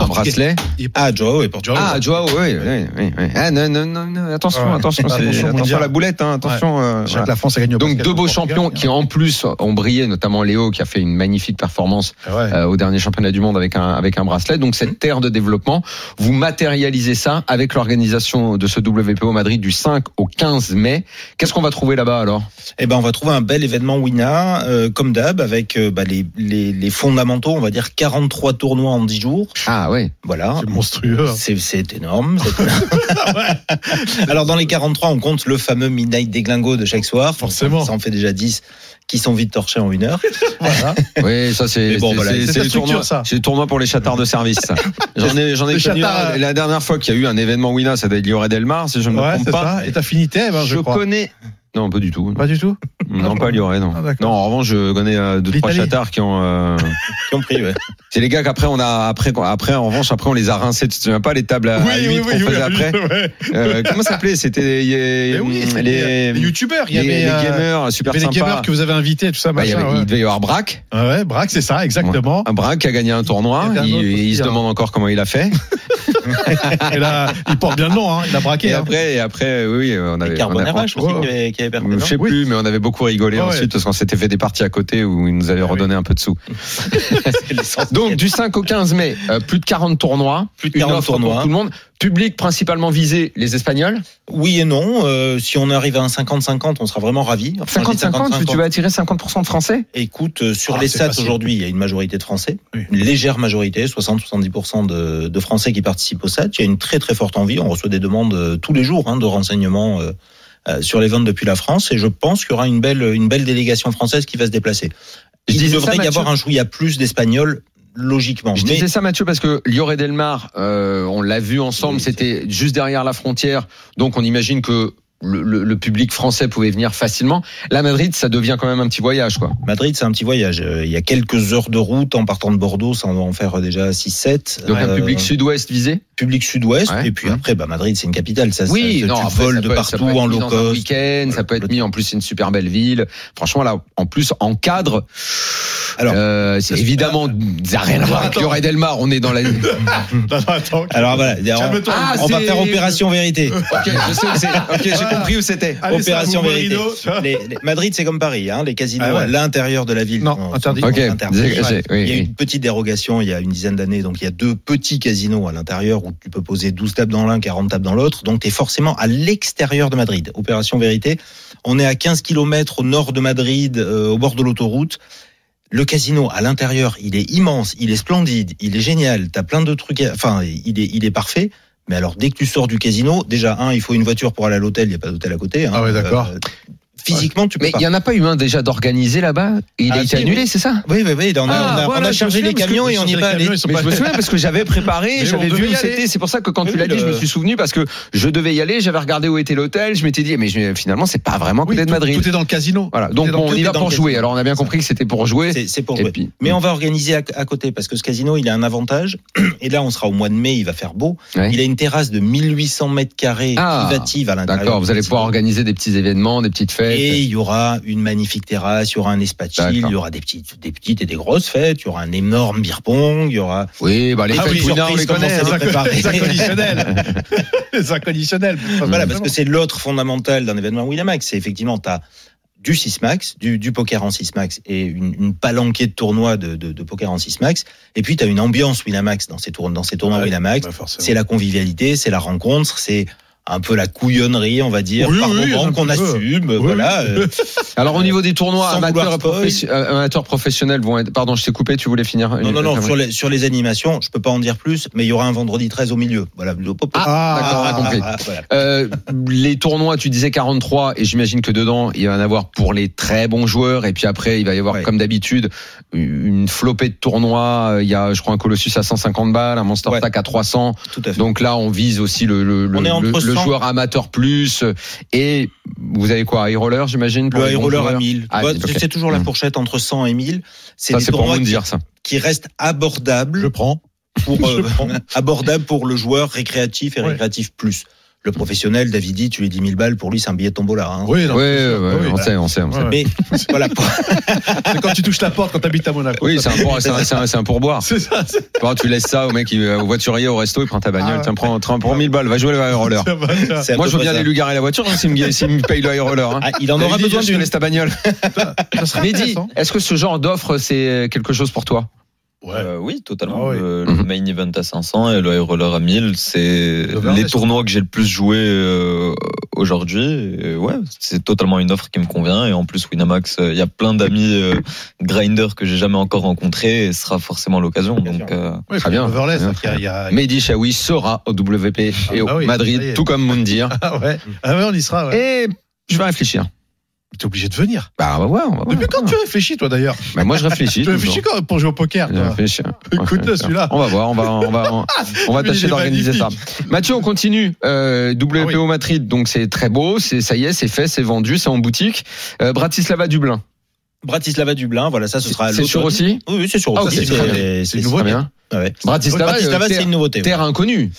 Speaker 1: bracelet.
Speaker 2: portugais.
Speaker 3: Ah, Joao est portugais.
Speaker 1: Ah, Joao, oui, oui, oui, oui. Ah, non, non, non, non, attention,
Speaker 2: Ouais.
Speaker 1: attention, c'est-
Speaker 2: Attention,
Speaker 1: attention, à
Speaker 2: mondial.
Speaker 1: la boulette, hein, attention. euh,
Speaker 2: Jacques
Speaker 1: voilà.
Speaker 2: La France a gagné au
Speaker 1: Donc
Speaker 2: basket
Speaker 1: deux
Speaker 2: au
Speaker 1: beaux
Speaker 2: Portugal.
Speaker 1: champions qui en plus ont brillé, notamment Léo qui a fait une magnifique performance
Speaker 2: Ah ouais.
Speaker 1: euh, au dernier championnat du monde avec un avec un bracelet. Donc cette terre de développement, vous matérialisez ça avec l'organisation de ce WPO Madrid du 5 au 15 mai. Qu'est-ce qu'on va trouver là-bas alors
Speaker 3: Eh ben, on va trouver un bel événement Wina, euh, comme d'hab, avec euh, bah, les, les, les fondamentaux, on va dire 43 tournois en 10 jours.
Speaker 1: Ah ouais,
Speaker 3: Voilà.
Speaker 2: C'est
Speaker 5: <laughs>
Speaker 2: monstrueux. hein.
Speaker 3: C'est c'est énorme. c'est- Alors, dans les 43, on compte le fameux Midnight des glingos de chaque soir.
Speaker 2: Forcément.
Speaker 3: Ça en fait déjà 10 qui sont vite torchés en une heure.
Speaker 2: Voilà.
Speaker 1: oui, ça c'est
Speaker 3: Mais bon,
Speaker 1: c'est-
Speaker 3: voilà,
Speaker 1: c'est-
Speaker 2: c'est
Speaker 1: c'est
Speaker 2: ta
Speaker 1: le tournoi,
Speaker 2: structure, ça.
Speaker 1: c'est le tournoi pour les chatards de
Speaker 2: <laughs>
Speaker 1: service. ça. J'en ai j'en ai
Speaker 2: Les
Speaker 1: connu
Speaker 2: chatards,
Speaker 1: un, la dernière fois qu'il y a eu un événement Wina, ça doit être Lioré Delmar si je ne me
Speaker 2: euh. Ouais,
Speaker 1: trompe
Speaker 2: c'est
Speaker 1: pas.
Speaker 2: ça. Et t'as fini thème, hein, je,
Speaker 1: je
Speaker 2: crois.
Speaker 1: connais. Non, pas du tout.
Speaker 2: Pas du tout
Speaker 1: Non, pas Lioré, non.
Speaker 2: Ah,
Speaker 1: non,
Speaker 2: d'accord.
Speaker 1: en revanche, je connais euh, deux, trois
Speaker 2: L'Italie.
Speaker 1: chatards qui ont. euh,
Speaker 3: Qui ont pris, ouais.
Speaker 1: C'est les gars qu'après on a après après en revanche après on les a rincés. Tu te souviens pas les tables
Speaker 2: Ah,
Speaker 1: à, à huîtres qu'on faisait
Speaker 2: <laughs>
Speaker 1: après
Speaker 2: ouais.
Speaker 1: Euh, Comment ça s'appelait C'était les,
Speaker 2: Mais oui,
Speaker 1: les,
Speaker 2: c'était les, les youtubeurs, il y
Speaker 1: les-
Speaker 2: avait,
Speaker 1: les
Speaker 2: euh,
Speaker 1: gamers
Speaker 2: il y
Speaker 1: super
Speaker 2: avait les
Speaker 1: sympas.
Speaker 2: gamers que vous avez invités, tout ça,
Speaker 1: Bah, il, y
Speaker 2: machin.
Speaker 1: avait- il
Speaker 2: ouais. Ah
Speaker 1: devait y avoir Braque.
Speaker 2: Ouais, Braque, c'est ça, exactement.
Speaker 1: Un Braque qui a gagné un tournoi.
Speaker 2: Il y avait un
Speaker 1: Il,
Speaker 2: autre
Speaker 1: il
Speaker 2: aussi,
Speaker 1: se
Speaker 2: hein.
Speaker 1: demande encore comment il a fait.
Speaker 2: Et là, il porte bien le nom, hein. il a <laughs> braqué.
Speaker 1: Et
Speaker 2: hein.
Speaker 1: après, et après, oui, oui, on avait.
Speaker 3: Et
Speaker 1: on avait-
Speaker 3: Carbonara, je
Speaker 2: ouais.
Speaker 3: pense qu'il y avait, qu'il y avait perdu,
Speaker 1: Je
Speaker 3: non
Speaker 1: sais
Speaker 2: Oui.
Speaker 1: plus, mais on avait beaucoup rigolé
Speaker 2: Ah ouais.
Speaker 1: ensuite parce qu'on s'était fait des parties à côté où ils nous avaient redonné un peu de sous.
Speaker 3: C'est l'essence.
Speaker 1: Donc du 5 au 15 mai, euh, plus de 40 tournois,
Speaker 3: Plus de
Speaker 1: une
Speaker 3: 40
Speaker 1: offre pour
Speaker 3: tournois.
Speaker 1: tout le monde. Public principalement visé les Espagnols.
Speaker 3: Oui et non. euh, si on arrive à un 50-50, on sera vraiment ravis. Enfin, je dis
Speaker 1: 50-50, tu- tu vas attirer 50% de Français
Speaker 3: Écoute, euh, sur
Speaker 2: Ah,
Speaker 3: les
Speaker 2: c'est
Speaker 3: SAT
Speaker 2: facile.
Speaker 3: aujourd'hui, il y a une majorité de Français,
Speaker 2: Oui.
Speaker 3: une légère majorité, 60-70% de, de Français qui participent aux SAT. Il y a une très très forte envie. On reçoit des demandes euh, tous les jours hein, de renseignements euh, euh, sur les ventes depuis la France, et je pense qu'il y aura une belle une belle délégation française qui va se déplacer.
Speaker 1: Je
Speaker 3: Il
Speaker 1: disais ça,
Speaker 3: devrait y
Speaker 1: Mathieu.
Speaker 3: avoir un chouïa plus d'Espagnols, logiquement.
Speaker 1: Je
Speaker 3: Mais
Speaker 1: disais ça Mathieu parce que Lioré Delmar, euh, on l'a vu ensemble,
Speaker 3: Oui,
Speaker 1: c'était juste derrière la frontière, donc on imagine que le, le- le public français pouvait venir facilement. La Madrid, ça devient quand même un petit voyage, quoi.
Speaker 3: Madrid, c'est un petit voyage. Euh, Il y a quelques heures de route en partant de Bordeaux, ça on va en faire déjà 6-7.
Speaker 1: Donc un
Speaker 3: Euh,
Speaker 1: public sud-ouest visé.
Speaker 3: public sud-ouest.
Speaker 1: Ouais.
Speaker 3: et puis
Speaker 1: Ouais.
Speaker 3: après, bah, Madrid, c'est une capitale. Ça, ça, tu
Speaker 1: après,
Speaker 3: voles
Speaker 1: ça
Speaker 3: de
Speaker 1: peut- ça
Speaker 3: partout
Speaker 1: peut être
Speaker 3: en
Speaker 1: mis
Speaker 3: low
Speaker 1: dans un
Speaker 3: cost.
Speaker 1: week-end, ça peut être mis. En plus, c'est une super belle ville. Franchement, là, en plus, en cadre.
Speaker 3: Alors, Ah,
Speaker 1: euh, c'est
Speaker 3: ça-
Speaker 1: évidemment, ça n'a rien à voir avec
Speaker 2: Attends.
Speaker 1: Lloret Delmar. On est dans
Speaker 3: <laughs>
Speaker 1: la.
Speaker 2: <laughs> Non, non, attends.
Speaker 3: Alors voilà, on,
Speaker 2: Calme-toi.
Speaker 1: Ah,
Speaker 3: on va
Speaker 1: c'est-
Speaker 3: faire opération vérité.
Speaker 1: Ok, je sais où c'est. Ok, j'ai <laughs> compris où c'était.
Speaker 2: Allez, ça,
Speaker 3: opération
Speaker 2: vous,
Speaker 3: vérité.
Speaker 2: Mourinho, ça.
Speaker 3: Les- les- Madrid, c'est comme Paris, hein, les casinos
Speaker 2: Ah ouais.
Speaker 3: à l'intérieur de la ville.
Speaker 2: Non,
Speaker 3: sont-
Speaker 2: interdit.
Speaker 3: sont
Speaker 1: Ok,
Speaker 3: interdits.
Speaker 1: j'ai- j'ai- oui,
Speaker 3: il y a
Speaker 1: oui.
Speaker 3: une petite dérogation il y a une dizaine d'années. Donc il y a deux petits casinos à l'intérieur où tu peux poser 12 tables dans l'un, 40 tables dans l'autre. Donc tu es forcément à l'extérieur de Madrid. Opération vérité. On est à 15 km au nord de Madrid, euh, au bord de l'autoroute. Le casino à l'intérieur, il est immense, il est splendide, il est génial. T'as plein de trucs, à- enfin, il est, il est parfait. Mais alors, dès que tu sors du casino, déjà un, il faut une voiture pour aller à l'hôtel. Il n'y a pas d'hôtel à côté. hein.
Speaker 2: Ah ouais, d'accord.
Speaker 3: Euh, physiquement, tu peux
Speaker 1: Mais
Speaker 3: pas.
Speaker 1: il n'y en a pas eu un déjà d'organisé là-bas et il
Speaker 3: Ah,
Speaker 1: a été
Speaker 3: si,
Speaker 1: annulé,
Speaker 3: oui.
Speaker 1: c'est ça
Speaker 3: Oui, oui, oui. On
Speaker 1: Ah,
Speaker 3: a, on a- on a
Speaker 1: voilà, je me
Speaker 3: chargé
Speaker 1: souviens,
Speaker 3: les
Speaker 1: parce que
Speaker 3: camions et on n'y est pas allé.
Speaker 1: Mais je me souviens parce que j'avais préparé,
Speaker 2: Mais
Speaker 1: j'avais
Speaker 2: on
Speaker 1: vu
Speaker 2: devait
Speaker 1: où
Speaker 2: y aller.
Speaker 1: c'était. C'est pour ça que quand
Speaker 3: Oui,
Speaker 1: tu l'as dit,
Speaker 3: le-
Speaker 1: je me suis souvenu parce que je devais y aller, j'avais regardé où était l'hôtel, je m'étais dit, mais je- finalement, c'est pas vraiment à
Speaker 2: Oui,
Speaker 1: côté de
Speaker 2: tout-
Speaker 1: Madrid.
Speaker 2: Tout est dans le casino.
Speaker 1: Voilà.
Speaker 2: Tout
Speaker 1: Donc
Speaker 2: est dans-
Speaker 1: bon, on
Speaker 3: tout
Speaker 1: y
Speaker 3: est
Speaker 1: va
Speaker 3: dans
Speaker 1: pour
Speaker 3: le
Speaker 1: jouer.
Speaker 3: casino.
Speaker 1: Alors on a bien compris que c'était pour jouer.
Speaker 3: C'est c'est pour
Speaker 1: Et
Speaker 3: jouer.
Speaker 1: puis,
Speaker 3: Mais on va organiser à, à côté parce que ce casino, il a un avantage. <clears throat> Et là, on sera au mois de mai, il va faire beau.
Speaker 1: Ouais.
Speaker 3: Il a une terrasse de 1800 mètres carrés
Speaker 1: Ah,
Speaker 3: privative à l'intérieur.
Speaker 1: D'accord,
Speaker 3: du
Speaker 1: vous allez
Speaker 3: casino.
Speaker 1: pouvoir organiser des petits événements, des petites fêtes.
Speaker 3: Et il y aura une magnifique terrasse, il y aura un espacil,
Speaker 1: D'accord.
Speaker 3: il y aura des petites, des petites et des grosses fêtes, il y aura un énorme beer pong, il y aura
Speaker 1: Oui, bah les
Speaker 3: Ah
Speaker 1: fêtes
Speaker 3: oui,
Speaker 1: Wina, on
Speaker 3: surprise,
Speaker 1: les
Speaker 3: comment
Speaker 1: connaît.
Speaker 3: ça
Speaker 1: hein.
Speaker 3: va préparer.
Speaker 2: Les inconditionnels. Les inconditionnels.
Speaker 1: Mm.
Speaker 3: Voilà, parce que c'est l'autre fondamental d'un événement Winamax. C'est effectivement, tu as du 6 max, du, du poker en 6 max et une, une palanquée de tournois de, de- de poker en 6 max. Et puis, tu as une ambiance Winamax dans ces, tournois dans ces tournois
Speaker 2: Ouais,
Speaker 3: Winamax.
Speaker 2: Bah, forcément.
Speaker 3: C'est la convivialité, c'est la rencontre, c'est un peu la couillonnerie, on va dire,
Speaker 2: Oui,
Speaker 3: par
Speaker 2: oui,
Speaker 3: moment
Speaker 2: un
Speaker 3: qu'on
Speaker 2: petit peu.
Speaker 3: assume.
Speaker 2: Oui,
Speaker 3: voilà.
Speaker 2: oui. <laughs>
Speaker 3: euh,
Speaker 1: hein. Alors au niveau des tournois
Speaker 3: Sans
Speaker 1: amateurs,
Speaker 3: vouloir
Speaker 1: et
Speaker 3: spoil.
Speaker 1: professe- euh, amateurs professionnels vont être. Pardon, je t'ai coupé. Tu voulais finir
Speaker 3: non, non, non,
Speaker 1: Fabrice
Speaker 3: sur les, sur les animations, je peux pas en dire plus, mais il y aura un vendredi 13 au milieu. Voilà. le-
Speaker 1: Ah,
Speaker 3: Ah,
Speaker 1: d'accord, on a compris.
Speaker 3: voilà.
Speaker 1: Euh, les tournois, tu disais 43, et j'imagine que dedans, il va y en avoir pour les très bons joueurs, et puis après, il va y avoir,
Speaker 3: Ouais.
Speaker 1: comme d'habitude, une flopée de tournois. Euh, Il y a, je crois, un Colossus à 150 balles, un Monster
Speaker 3: Ouais.
Speaker 1: Attack à 300.
Speaker 3: Tout à fait.
Speaker 1: Donc là, on vise aussi le, le, le,
Speaker 3: On est entre
Speaker 1: le- le
Speaker 3: 100.
Speaker 1: joueur amateur plus. Et vous avez quoi, High Roller, j'imagine pour
Speaker 3: Le
Speaker 1: les
Speaker 3: high
Speaker 1: bons
Speaker 3: roller à
Speaker 1: joueurs
Speaker 3: 1000.
Speaker 1: Ah,
Speaker 3: Bah,
Speaker 1: ok.
Speaker 3: C'est toujours la
Speaker 1: Mhm.
Speaker 3: fourchette entre 100 et 1000. C'est
Speaker 1: Ça,
Speaker 3: des
Speaker 1: c'est pour
Speaker 3: tournois
Speaker 1: vous de
Speaker 3: qui,
Speaker 1: dire ça.
Speaker 3: qui restent abordables
Speaker 2: Je prends.
Speaker 3: pour
Speaker 2: <laughs> je
Speaker 3: euh, <laughs> abordables pour le joueur récréatif et
Speaker 2: Ouais.
Speaker 3: récréatif plus. Le professionnel, David dit, tu lui dis 1000 balles pour lui, c'est un billet de tombola. hein.
Speaker 2: Oui,
Speaker 1: Ouais,
Speaker 2: non, c'est
Speaker 1: ouais,
Speaker 2: sûr.
Speaker 1: ouais,
Speaker 2: Oui,
Speaker 1: on
Speaker 2: voilà.
Speaker 1: sait, on sait, on sait.
Speaker 2: Ouais.
Speaker 3: Mais
Speaker 2: <laughs>
Speaker 3: voilà, pour-
Speaker 2: C'est quand tu touches la porte quand t'habites à Monaco.
Speaker 1: Oui, c'est un, pour- c'est un- c'est un- c'est un pourboire.
Speaker 2: C'est ça. c'est-
Speaker 1: Bon, tu laisses ça au mec, il, va au voiturier, au resto, il prend ta bagnole,
Speaker 2: Ah,
Speaker 1: tiens, prends, prends pour 1000 balles, va jouer le high roller.
Speaker 2: ça va, ça.
Speaker 3: c'est à
Speaker 1: Moi,
Speaker 3: peu
Speaker 1: je veux
Speaker 3: près
Speaker 1: bien
Speaker 3: ça.
Speaker 1: aller lui garer la voiture hein, s'il me, s'il me paye le high roller. Hein.
Speaker 3: Ah, il en aura besoin
Speaker 1: je te
Speaker 3: d'une.
Speaker 1: laisse ta
Speaker 2: <laughs>
Speaker 1: bagnole.
Speaker 2: Ça serait
Speaker 1: Mehdi,
Speaker 2: Ah, intéressant.
Speaker 1: est-ce que ce genre d'offre, c'est quelque chose pour toi
Speaker 2: Ouais.
Speaker 5: Euh, oui, totalement.
Speaker 2: Ah oui.
Speaker 5: Le, le
Speaker 1: Mhm.
Speaker 5: main event à 500 et le high roller à 1000, c'est
Speaker 2: Overlay,
Speaker 5: les
Speaker 2: ça.
Speaker 5: tournois que j'ai le plus joué euh, aujourd'hui. Et Ouais, c'est totalement une offre qui me convient. Et en plus, Winamax, euh, il y a plein d'amis euh, grinders que j'ai jamais encore rencontrés et ce sera forcément l'occasion. Donc, euh,
Speaker 2: Oui,
Speaker 1: Très bien.
Speaker 2: Overlay,
Speaker 1: Très
Speaker 2: ça,
Speaker 1: bien, très
Speaker 2: il y a- il y a-
Speaker 1: Mehdi Chaoui sera au WP et
Speaker 2: Ah
Speaker 1: au
Speaker 2: bah oui, ça y
Speaker 1: Madrid,
Speaker 2: est.
Speaker 1: tout comme Moundir.
Speaker 2: Ah ouais. Ah ouais, on y sera. <laughs> Ouais.
Speaker 1: Et je vais réfléchir.
Speaker 2: T'es obligé de venir.
Speaker 1: Bah, on va voir. On va voir.
Speaker 2: Depuis quand tu réfléchis, toi, d'ailleurs
Speaker 1: Bah, moi, je réfléchis.
Speaker 2: <laughs> Tu réfléchis
Speaker 1: toujours.
Speaker 2: quand pour jouer au poker
Speaker 1: Je
Speaker 2: toi
Speaker 1: réfléchis. hein.
Speaker 2: Écoute-le, celui-là.
Speaker 1: On va voir, on va, on va,
Speaker 2: <laughs>
Speaker 1: on, on va
Speaker 2: Mais il
Speaker 1: tâcher
Speaker 2: est
Speaker 1: d'organiser ça.
Speaker 2: magnifique.
Speaker 1: Mathieu, on continue. Euh, WPO
Speaker 2: Ah oui.
Speaker 1: Madrid, donc c'est très beau, c'est ça y est, c'est fait, c'est vendu, c'est en boutique. Euh, Bratislava Dublin,
Speaker 3: Bratislava Dublin, voilà, ça ce sera. à
Speaker 1: c'est sûr
Speaker 3: l'automne.
Speaker 1: aussi.
Speaker 3: Oui, oui, c'est sûr.
Speaker 1: Ah,
Speaker 3: aussi.
Speaker 1: ok,
Speaker 3: C'est-
Speaker 1: très bien.
Speaker 3: c'est- Ah
Speaker 2: C'est nouveau.
Speaker 1: Très bien.
Speaker 3: ouais.
Speaker 1: Bratislava,
Speaker 3: Bratislava,
Speaker 1: euh,
Speaker 3: c'est
Speaker 1: terre,
Speaker 3: une nouveauté.
Speaker 1: terre inconnue,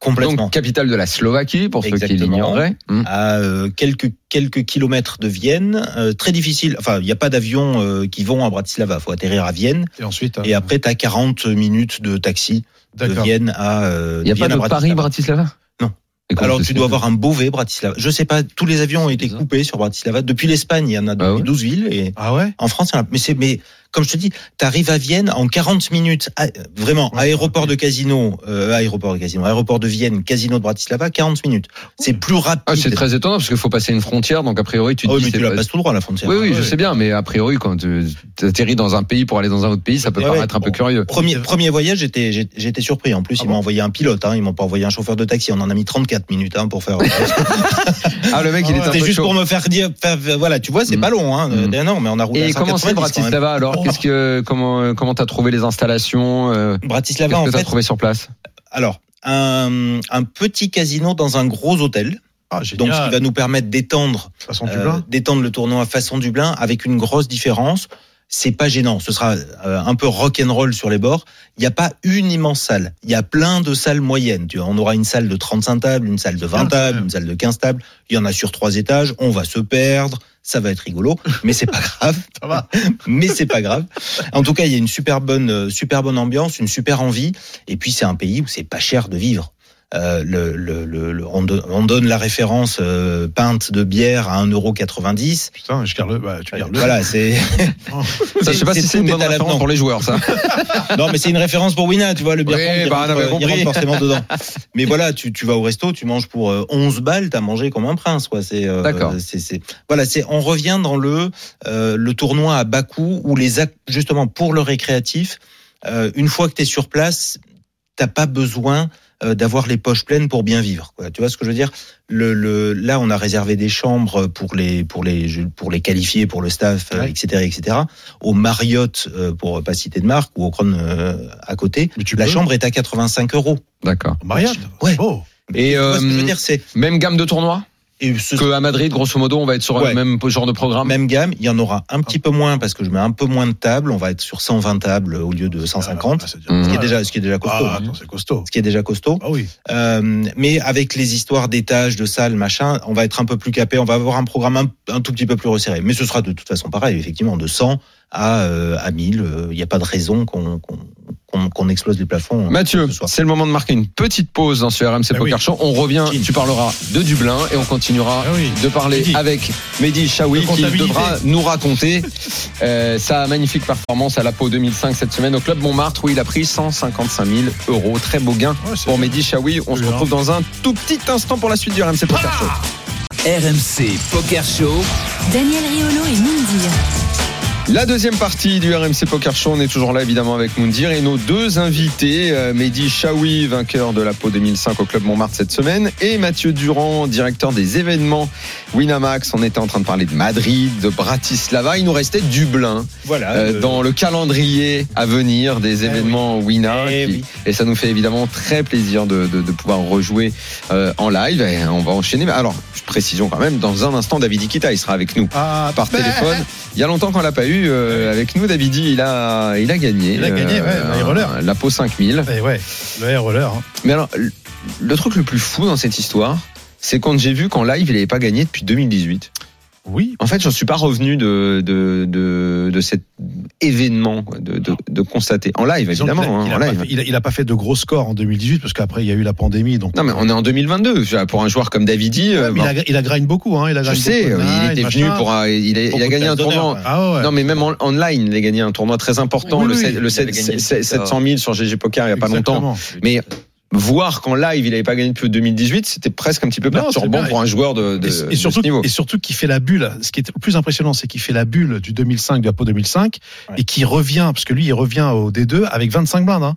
Speaker 3: Complètement.
Speaker 1: donc capitale de la Slovaquie pour ceux qui
Speaker 3: Exactement.
Speaker 1: l'ignoreraient. Hmm.
Speaker 3: à euh, quelques quelques kilomètres de Vienne, euh, très difficile. Enfin, il n'y a pas d'avions euh, qui vont à Bratislava. Faut atterrir à Vienne
Speaker 2: Et ensuite,
Speaker 3: et après t'as 40 minutes de taxi de
Speaker 2: d'accord.
Speaker 3: Vienne à. euh,
Speaker 1: Il n'y a
Speaker 3: de
Speaker 1: pas
Speaker 3: Vienne à
Speaker 1: de Paris
Speaker 3: Bratislava.
Speaker 1: Bratislava
Speaker 3: Non.
Speaker 1: Et comment
Speaker 3: Alors
Speaker 1: ça
Speaker 3: tu
Speaker 1: se
Speaker 3: dois
Speaker 1: fait
Speaker 3: avoir un Beauvais Bratislava. Je sais pas, tous les avions ont été
Speaker 1: bizarre.
Speaker 3: coupés sur Bratislava. Depuis l'Espagne, il y en a dans
Speaker 1: Ah
Speaker 3: les
Speaker 1: ouais
Speaker 3: 12 villes et
Speaker 2: Ah ouais
Speaker 3: en France, il y en a. Mais c'est mais comme je te dis, t'arrives à Vienne en 40 minutes, à- vraiment
Speaker 2: Ouais,
Speaker 3: aéroport de casino, euh, aéroport de casino, aéroport de Vienne, casino de Bratislava, 40 minutes. C'est plus rapide.
Speaker 1: Ah, c'est très étonnant parce qu'il faut passer une frontière, donc a priori tu te
Speaker 3: Oh,
Speaker 1: dis
Speaker 3: mais tu
Speaker 1: c'est
Speaker 3: la
Speaker 1: pas-
Speaker 3: passes tout droit la frontière.
Speaker 1: Oui, oui,
Speaker 3: Ouais,
Speaker 1: je
Speaker 3: ouais.
Speaker 1: sais bien, mais a priori quand tu atterris dans un pays pour aller dans un autre pays, ça peut
Speaker 3: Ah Ouais,
Speaker 1: paraître un peu
Speaker 3: bon.
Speaker 1: curieux.
Speaker 3: Premier, premier voyage, j'étais, j'étais- j'étais surpris. En plus,
Speaker 2: Ah
Speaker 3: ils
Speaker 2: bon
Speaker 3: m'ont envoyé un pilote, hein, ils m'ont pas envoyé un chauffeur de taxi. On en a mis 34 minutes hein, pour faire.
Speaker 1: <laughs> Ah, le mec, il
Speaker 2: Ah
Speaker 1: est
Speaker 2: ouais.
Speaker 1: un peu
Speaker 3: c'est juste
Speaker 1: chaud.
Speaker 3: pour me faire dire. faire- voilà, tu vois, c'est
Speaker 1: Mm.
Speaker 3: pas long. Hein,
Speaker 1: Mm.
Speaker 3: Euh, Non, mais on a roulé à
Speaker 1: Et comment c'est
Speaker 3: 190 quand même.
Speaker 1: Bratislava alors Qu'est-ce que comment euh, comment t'as trouvé les installations euh, Qu'est-ce
Speaker 3: Bratislava, en
Speaker 1: que t'as
Speaker 3: fait.
Speaker 1: trouvé sur place
Speaker 3: Alors, un, un petit casino dans un gros hôtel.
Speaker 2: Ah,
Speaker 3: Donc, ce
Speaker 2: génial.
Speaker 3: qui va nous permettre d'étendre
Speaker 2: façon
Speaker 3: euh, d'étendre le tournoi à façon Dublin avec une grosse différence. C'est pas gênant, ce sera euh, un peu rock'n'roll sur les bords. Il n'y a pas une immense salle, il y a plein de salles moyennes. Tu vois, on aura une salle de 35 tables, une salle de 20
Speaker 2: Quinze,
Speaker 3: tables,
Speaker 2: ouais.
Speaker 3: une salle de 15 tables. Il y en a sur trois étages, on va se perdre, ça va être rigolo, mais c'est
Speaker 1: <laughs>
Speaker 3: pas grave.
Speaker 2: Ça va.
Speaker 3: mais c'est pas grave. En tout cas, il y a une super bonne, euh, super bonne ambiance, une super envie. Et puis, c'est un pays où c'est pas cher de vivre. Euh, le, le, le, le- on, don- on donne la référence euh, pinte de bière à 1,90€.
Speaker 2: Putain, je garde le. Bah, tu gardes le.
Speaker 3: Voilà,
Speaker 1: <laughs>
Speaker 3: c'est. <laughs>
Speaker 1: Ça, je sais pas si c'est
Speaker 3: tout
Speaker 1: une bonne
Speaker 3: est à
Speaker 1: référence
Speaker 3: l'avenant.
Speaker 1: pour les joueurs,
Speaker 3: <laughs>
Speaker 1: ça.
Speaker 3: Non, mais c'est une référence pour Wina, tu vois, le beer
Speaker 1: Oui,
Speaker 3: pong, il
Speaker 1: bah,
Speaker 3: rentre,
Speaker 1: on avait
Speaker 3: euh, il
Speaker 1: compris.
Speaker 3: rentre forcément dedans. Mais voilà, tu, tu vas au resto, tu manges pour euh, 11 balles, t'as mangé comme un prince, quoi. C'est, euh,
Speaker 1: D'accord.
Speaker 3: c'est- c'est- voilà, c'est, on revient dans le, euh, le tournoi à bas coût où les, ac- justement, pour le récréatif, euh, une fois que t'es sur place, t'as pas besoin euh, d'avoir les poches pleines pour bien vivre. Quoi. Tu vois ce que je veux dire le, le, Là, on a réservé des chambres pour les, pour les, pour les qualifiés, pour le staff, euh,
Speaker 2: Ouais.
Speaker 3: etc., etc. Au Marriott, euh, pour pas citer de marque, ou au Crown euh, à côté,
Speaker 2: Mais tu
Speaker 3: la
Speaker 2: peux.
Speaker 3: chambre est à 85 euros.
Speaker 1: D'accord.
Speaker 2: Marianne
Speaker 3: Ouais.
Speaker 2: Oh.
Speaker 1: Et
Speaker 3: Tu vois ce que je veux
Speaker 1: euh,
Speaker 3: dire, c'est
Speaker 1: même gamme de tournoi
Speaker 3: et ce
Speaker 1: que à Madrid, grosso modo, on va être sur le
Speaker 3: Ouais.
Speaker 1: même genre de programme.
Speaker 3: même gamme, il y en aura
Speaker 1: Ah.
Speaker 3: un petit peu moins parce que je mets un peu moins de tables. On va être sur 120 tables au lieu de 150,
Speaker 2: Ah, c'est déjà-
Speaker 1: Mmh.
Speaker 3: ce qui
Speaker 2: Ah,
Speaker 3: est déjà, ce qui est déjà costaud.
Speaker 2: Ah,
Speaker 3: hein.
Speaker 2: attends, c'est costaud.
Speaker 3: Ce qui est déjà costaud.
Speaker 2: Ah oui.
Speaker 3: Euh, mais avec les histoires d'étages, de salles, machin, on va être un peu plus capé, on va avoir un programme un, un tout petit peu plus resserré. Mais ce sera de toute façon pareil, effectivement, de 100 à, euh, à 1000. euh, Il n'y a pas de raison qu'on qu'on qu'on- qu'on explose les plafonds. euh,
Speaker 1: Mathieu,
Speaker 3: ce soir.
Speaker 1: c'est le moment de marquer une petite pause dans ce RMC
Speaker 2: Ah oui.
Speaker 1: Poker Show. On revient,
Speaker 3: Chine.
Speaker 1: tu parleras de Dublin et on continuera
Speaker 2: Ah oui.
Speaker 1: de parler
Speaker 2: Mehdi.
Speaker 1: avec Mehdi Chaoui
Speaker 2: De
Speaker 1: qui
Speaker 2: comptabilité.
Speaker 1: devra nous raconter euh, sa magnifique performance à la peau 2005 cette semaine au club Montmartre où il a pris 155 000 euros. Très beau gain
Speaker 2: Ouais, c'est
Speaker 1: pour
Speaker 2: bien.
Speaker 1: Mehdi Chaoui. On se
Speaker 2: Bien.
Speaker 1: retrouve dans un tout petit instant pour la suite du RMC Poker Show.
Speaker 4: RMC Poker Show.
Speaker 6: Daniel Riolo et Mindir.
Speaker 1: La deuxième partie du RMC Poker Show, on est toujours là évidemment avec Moundir et nos deux invités, euh, Mehdi Chaoui, vainqueur de la peau 2005 au Club Montmartre cette semaine, et Mathieu Durand, directeur des événements Winamax. On était en train de parler de Madrid, de Bratislava, il nous restait Dublin
Speaker 3: voilà.
Speaker 1: euh,
Speaker 3: euh,
Speaker 1: dans le calendrier à venir des événements Wina.
Speaker 3: Eh
Speaker 1: qui-
Speaker 3: oui.
Speaker 1: Et ça nous fait évidemment très plaisir de, de- de pouvoir rejouer euh, en live. Et on va enchaîner. Mais Alors, précision quand même, dans un instant, David Ikita, il sera avec nous
Speaker 2: Ah,
Speaker 1: par
Speaker 2: ben,
Speaker 1: téléphone. Il y a longtemps qu'on l'a pas eu euh, avec nous. Davidi, il a, il a gagné.
Speaker 2: Il a gagné, ouais,
Speaker 1: un-
Speaker 2: les rollers.
Speaker 1: La peau 5000.
Speaker 2: eh ouais, le air roller. hein.
Speaker 1: Mais alors, le- le truc le plus fou dans cette histoire, c'est quand j'ai vu qu'en live, il n'avait pas gagné depuis 2018.
Speaker 2: Oui.
Speaker 1: En fait, j'en suis pas revenu de, de, de, de cet événement, quoi, de, de, de constater. En live,
Speaker 2: Disons
Speaker 1: évidemment, hein,
Speaker 2: qu'il a-
Speaker 1: en
Speaker 2: il, a,
Speaker 1: live.
Speaker 2: pas fait- il a- il a pas fait de gros scores en 2018 parce qu'après il y a eu la pandémie. Donc
Speaker 1: Non, mais on est en 2022. Je veux dire, Pour un joueur comme Davidi, euh,
Speaker 2: Ouais, mais
Speaker 1: bon,
Speaker 2: il, a, il a grind beaucoup. Hein, il a
Speaker 1: je
Speaker 2: grind
Speaker 1: sais, euh,
Speaker 2: beaucoup,
Speaker 1: il
Speaker 2: nine,
Speaker 1: était
Speaker 2: machin.
Speaker 1: venu pour un- il a, il a
Speaker 3: Beaucoup de
Speaker 1: gagné un
Speaker 3: places d'honneur,
Speaker 1: tournoi.
Speaker 3: ouais.
Speaker 2: Ah ouais.
Speaker 1: Non, mais même en online, il a gagné un tournoi très important,
Speaker 2: Oui,
Speaker 1: le,
Speaker 2: oui,
Speaker 1: sept-
Speaker 2: oui.
Speaker 1: le
Speaker 5: Il avait
Speaker 1: sept-
Speaker 5: gagné
Speaker 1: sept- 700 000 sur GG Poker il n'y a pas longtemps.
Speaker 2: Exactement.
Speaker 1: Mais voir qu'en live, il n'avait pas gagné depuis 2018, c'était presque un petit peu
Speaker 2: Non, c'est
Speaker 1: perturbant
Speaker 2: bien.
Speaker 1: pour un joueur de, de-
Speaker 2: Et-
Speaker 1: de
Speaker 2: et, surtout,
Speaker 1: ce niveau.
Speaker 2: et surtout qu'il fait la bulle. Ce qui est le plus impressionnant, c'est qu'il fait la bulle du 2005, du Apo 2005,
Speaker 3: Ouais.
Speaker 2: et qu'il revient, parce que lui, il revient au D2 avec 25 blindes. hein.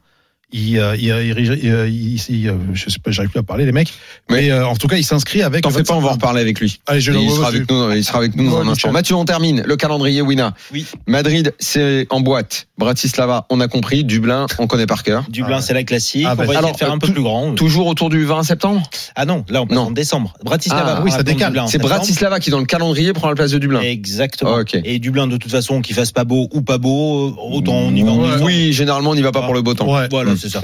Speaker 2: Il, euh, il, euh, il, euh, il- il- euh, je sais pas, j'arrive plus à parler, les mecs.
Speaker 1: Ouais.
Speaker 2: Mais euh, en tout cas, il s'inscrit avec.
Speaker 1: T'en fais pas,
Speaker 2: 25
Speaker 1: on va en
Speaker 2: blindes.
Speaker 1: reparler avec lui.
Speaker 2: Allez, je
Speaker 1: Et
Speaker 2: le
Speaker 1: il,
Speaker 2: revois
Speaker 1: sera
Speaker 2: dessus.
Speaker 1: avec nous, il sera avec nous dans
Speaker 2: Ouais,
Speaker 1: un instant.
Speaker 2: nickel.
Speaker 1: Mathieu, on termine. Le calendrier Wina.
Speaker 3: Oui.
Speaker 1: Madrid, c'est en boîte. Bratislava, on a compris. Dublin, on connaît par cœur.
Speaker 3: Dublin,
Speaker 2: Ah ouais.
Speaker 3: c'est la classique.
Speaker 2: Ah
Speaker 3: on
Speaker 2: bah,
Speaker 3: va essayer
Speaker 1: alors, euh,
Speaker 3: de faire un peu
Speaker 1: tout-
Speaker 3: plus grand.
Speaker 1: Toujours autour du 20 septembre
Speaker 3: Ah non, là, on passe
Speaker 1: Non.
Speaker 3: en décembre. Bratislava.
Speaker 1: Ah,
Speaker 3: on
Speaker 2: oui, ça
Speaker 3: attend
Speaker 2: décale.
Speaker 3: Dublin en
Speaker 1: C'est
Speaker 3: septembre.
Speaker 1: Bratislava qui, dans le calendrier, prend la place de Dublin.
Speaker 3: Exactement.
Speaker 1: Ok.
Speaker 3: Et Dublin, de toute façon, qu'il fasse pas beau ou pas beau, euh, autant on y va. en décembre.
Speaker 1: Oui, généralement, on n'y va pas pour le beau temps.
Speaker 2: Ouais.
Speaker 3: Voilà,
Speaker 1: Mm.
Speaker 3: c'est ça.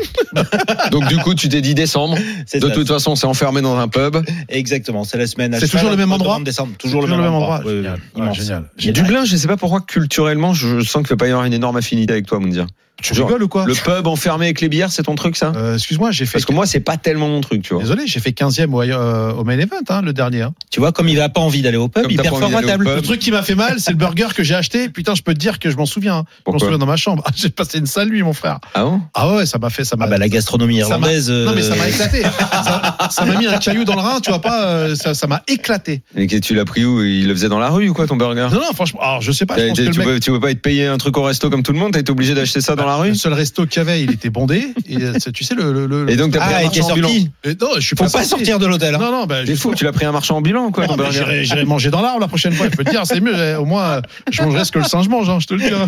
Speaker 1: Donc, du coup, tu t'es dit décembre.
Speaker 3: C'est
Speaker 1: De
Speaker 3: ça.
Speaker 1: toute façon, c'est enfermé dans un pub.
Speaker 3: Exactement, c'est la semaine. à
Speaker 2: C'est
Speaker 3: cheval
Speaker 2: toujours le même
Speaker 3: entre
Speaker 2: endroit
Speaker 3: novembre, décembre, toujours,
Speaker 2: Toujours
Speaker 3: le même endroit. Oui,
Speaker 2: Génial.
Speaker 3: oui,
Speaker 2: Ouais,
Speaker 3: immense.
Speaker 2: génial.
Speaker 3: Génial.
Speaker 1: Dublin, je sais pas pourquoi culturellement, je sens qu'il va pas y avoir une énorme affinité avec toi, Moundir.
Speaker 2: Tu
Speaker 1: Genre,
Speaker 2: rigoles ou quoi
Speaker 1: Le pub enfermé avec les bières, c'est ton truc ça
Speaker 2: Euh, Excuse-moi, j'ai fait.
Speaker 1: Parce que moi, c'est pas tellement mon truc, tu vois.
Speaker 2: Désolé, j'ai fait 15e au, euh, au main event, hein, le dernier. hein.
Speaker 3: Tu vois, comme il n'a pas envie d'aller au pub,
Speaker 1: Comme
Speaker 3: il
Speaker 1: t'as pas envie
Speaker 3: performe à
Speaker 1: d'aller au
Speaker 3: table.
Speaker 1: pub.
Speaker 2: Le truc qui m'a fait mal, c'est le burger que j'ai acheté. Putain, je peux te dire que je m'en souviens. hein. Je m'en
Speaker 1: Pourquoi
Speaker 2: souviens dans ma chambre. <laughs> Ah, j'ai passé une sale nuit, mon frère.
Speaker 1: Ah bon
Speaker 2: Ah ouais, ça m'a fait, ça m'a.
Speaker 3: Ah bah la gastronomie
Speaker 2: Ça m'a-
Speaker 3: irlandaise.
Speaker 2: Non mais ça
Speaker 3: euh,
Speaker 2: m'a éclaté. ça ça m'a mis un caillou dans le rein, tu vois pas. euh, ça ça m'a éclaté.
Speaker 1: Mais que- tu l'as pris où Il le faisait dans la rue ou quoi, ton burger
Speaker 2: Non non, franchement, alors je sais pas.
Speaker 1: Ah.
Speaker 2: Je
Speaker 1: T'as
Speaker 2: pense que
Speaker 1: été-
Speaker 2: le
Speaker 1: tu,
Speaker 2: mec.
Speaker 1: peux, tu peux pas être payé un truc au resto comme tout le monde, t'as été obligé d'acheter ça dans la rue
Speaker 2: Le seul resto qu'il y avait, il était bondé. Et euh, c'est- tu sais, le. le- le-
Speaker 1: Et donc, t'as
Speaker 2: Ah,
Speaker 1: pris un
Speaker 3: Ah, et
Speaker 1: marchand
Speaker 3: t'es
Speaker 1: ambulant.
Speaker 3: sorti
Speaker 2: et non, je suis
Speaker 3: Faut
Speaker 2: pas,
Speaker 3: pas
Speaker 2: sorti.
Speaker 3: sortir de l'hôtel. hein.
Speaker 2: Non, non, ben,
Speaker 1: T'es
Speaker 2: justement.
Speaker 1: fou, tu l'as pris un marchand ambulant, quoi,
Speaker 2: Non,
Speaker 1: ton
Speaker 2: mais
Speaker 1: burger.
Speaker 2: J'irai j'irai manger dans l'arbre la prochaine fois. Je peux te dire, c'est mieux. eh, Au moins, euh, je mangerai ce que le singe mange, hein, je te le dis. hein.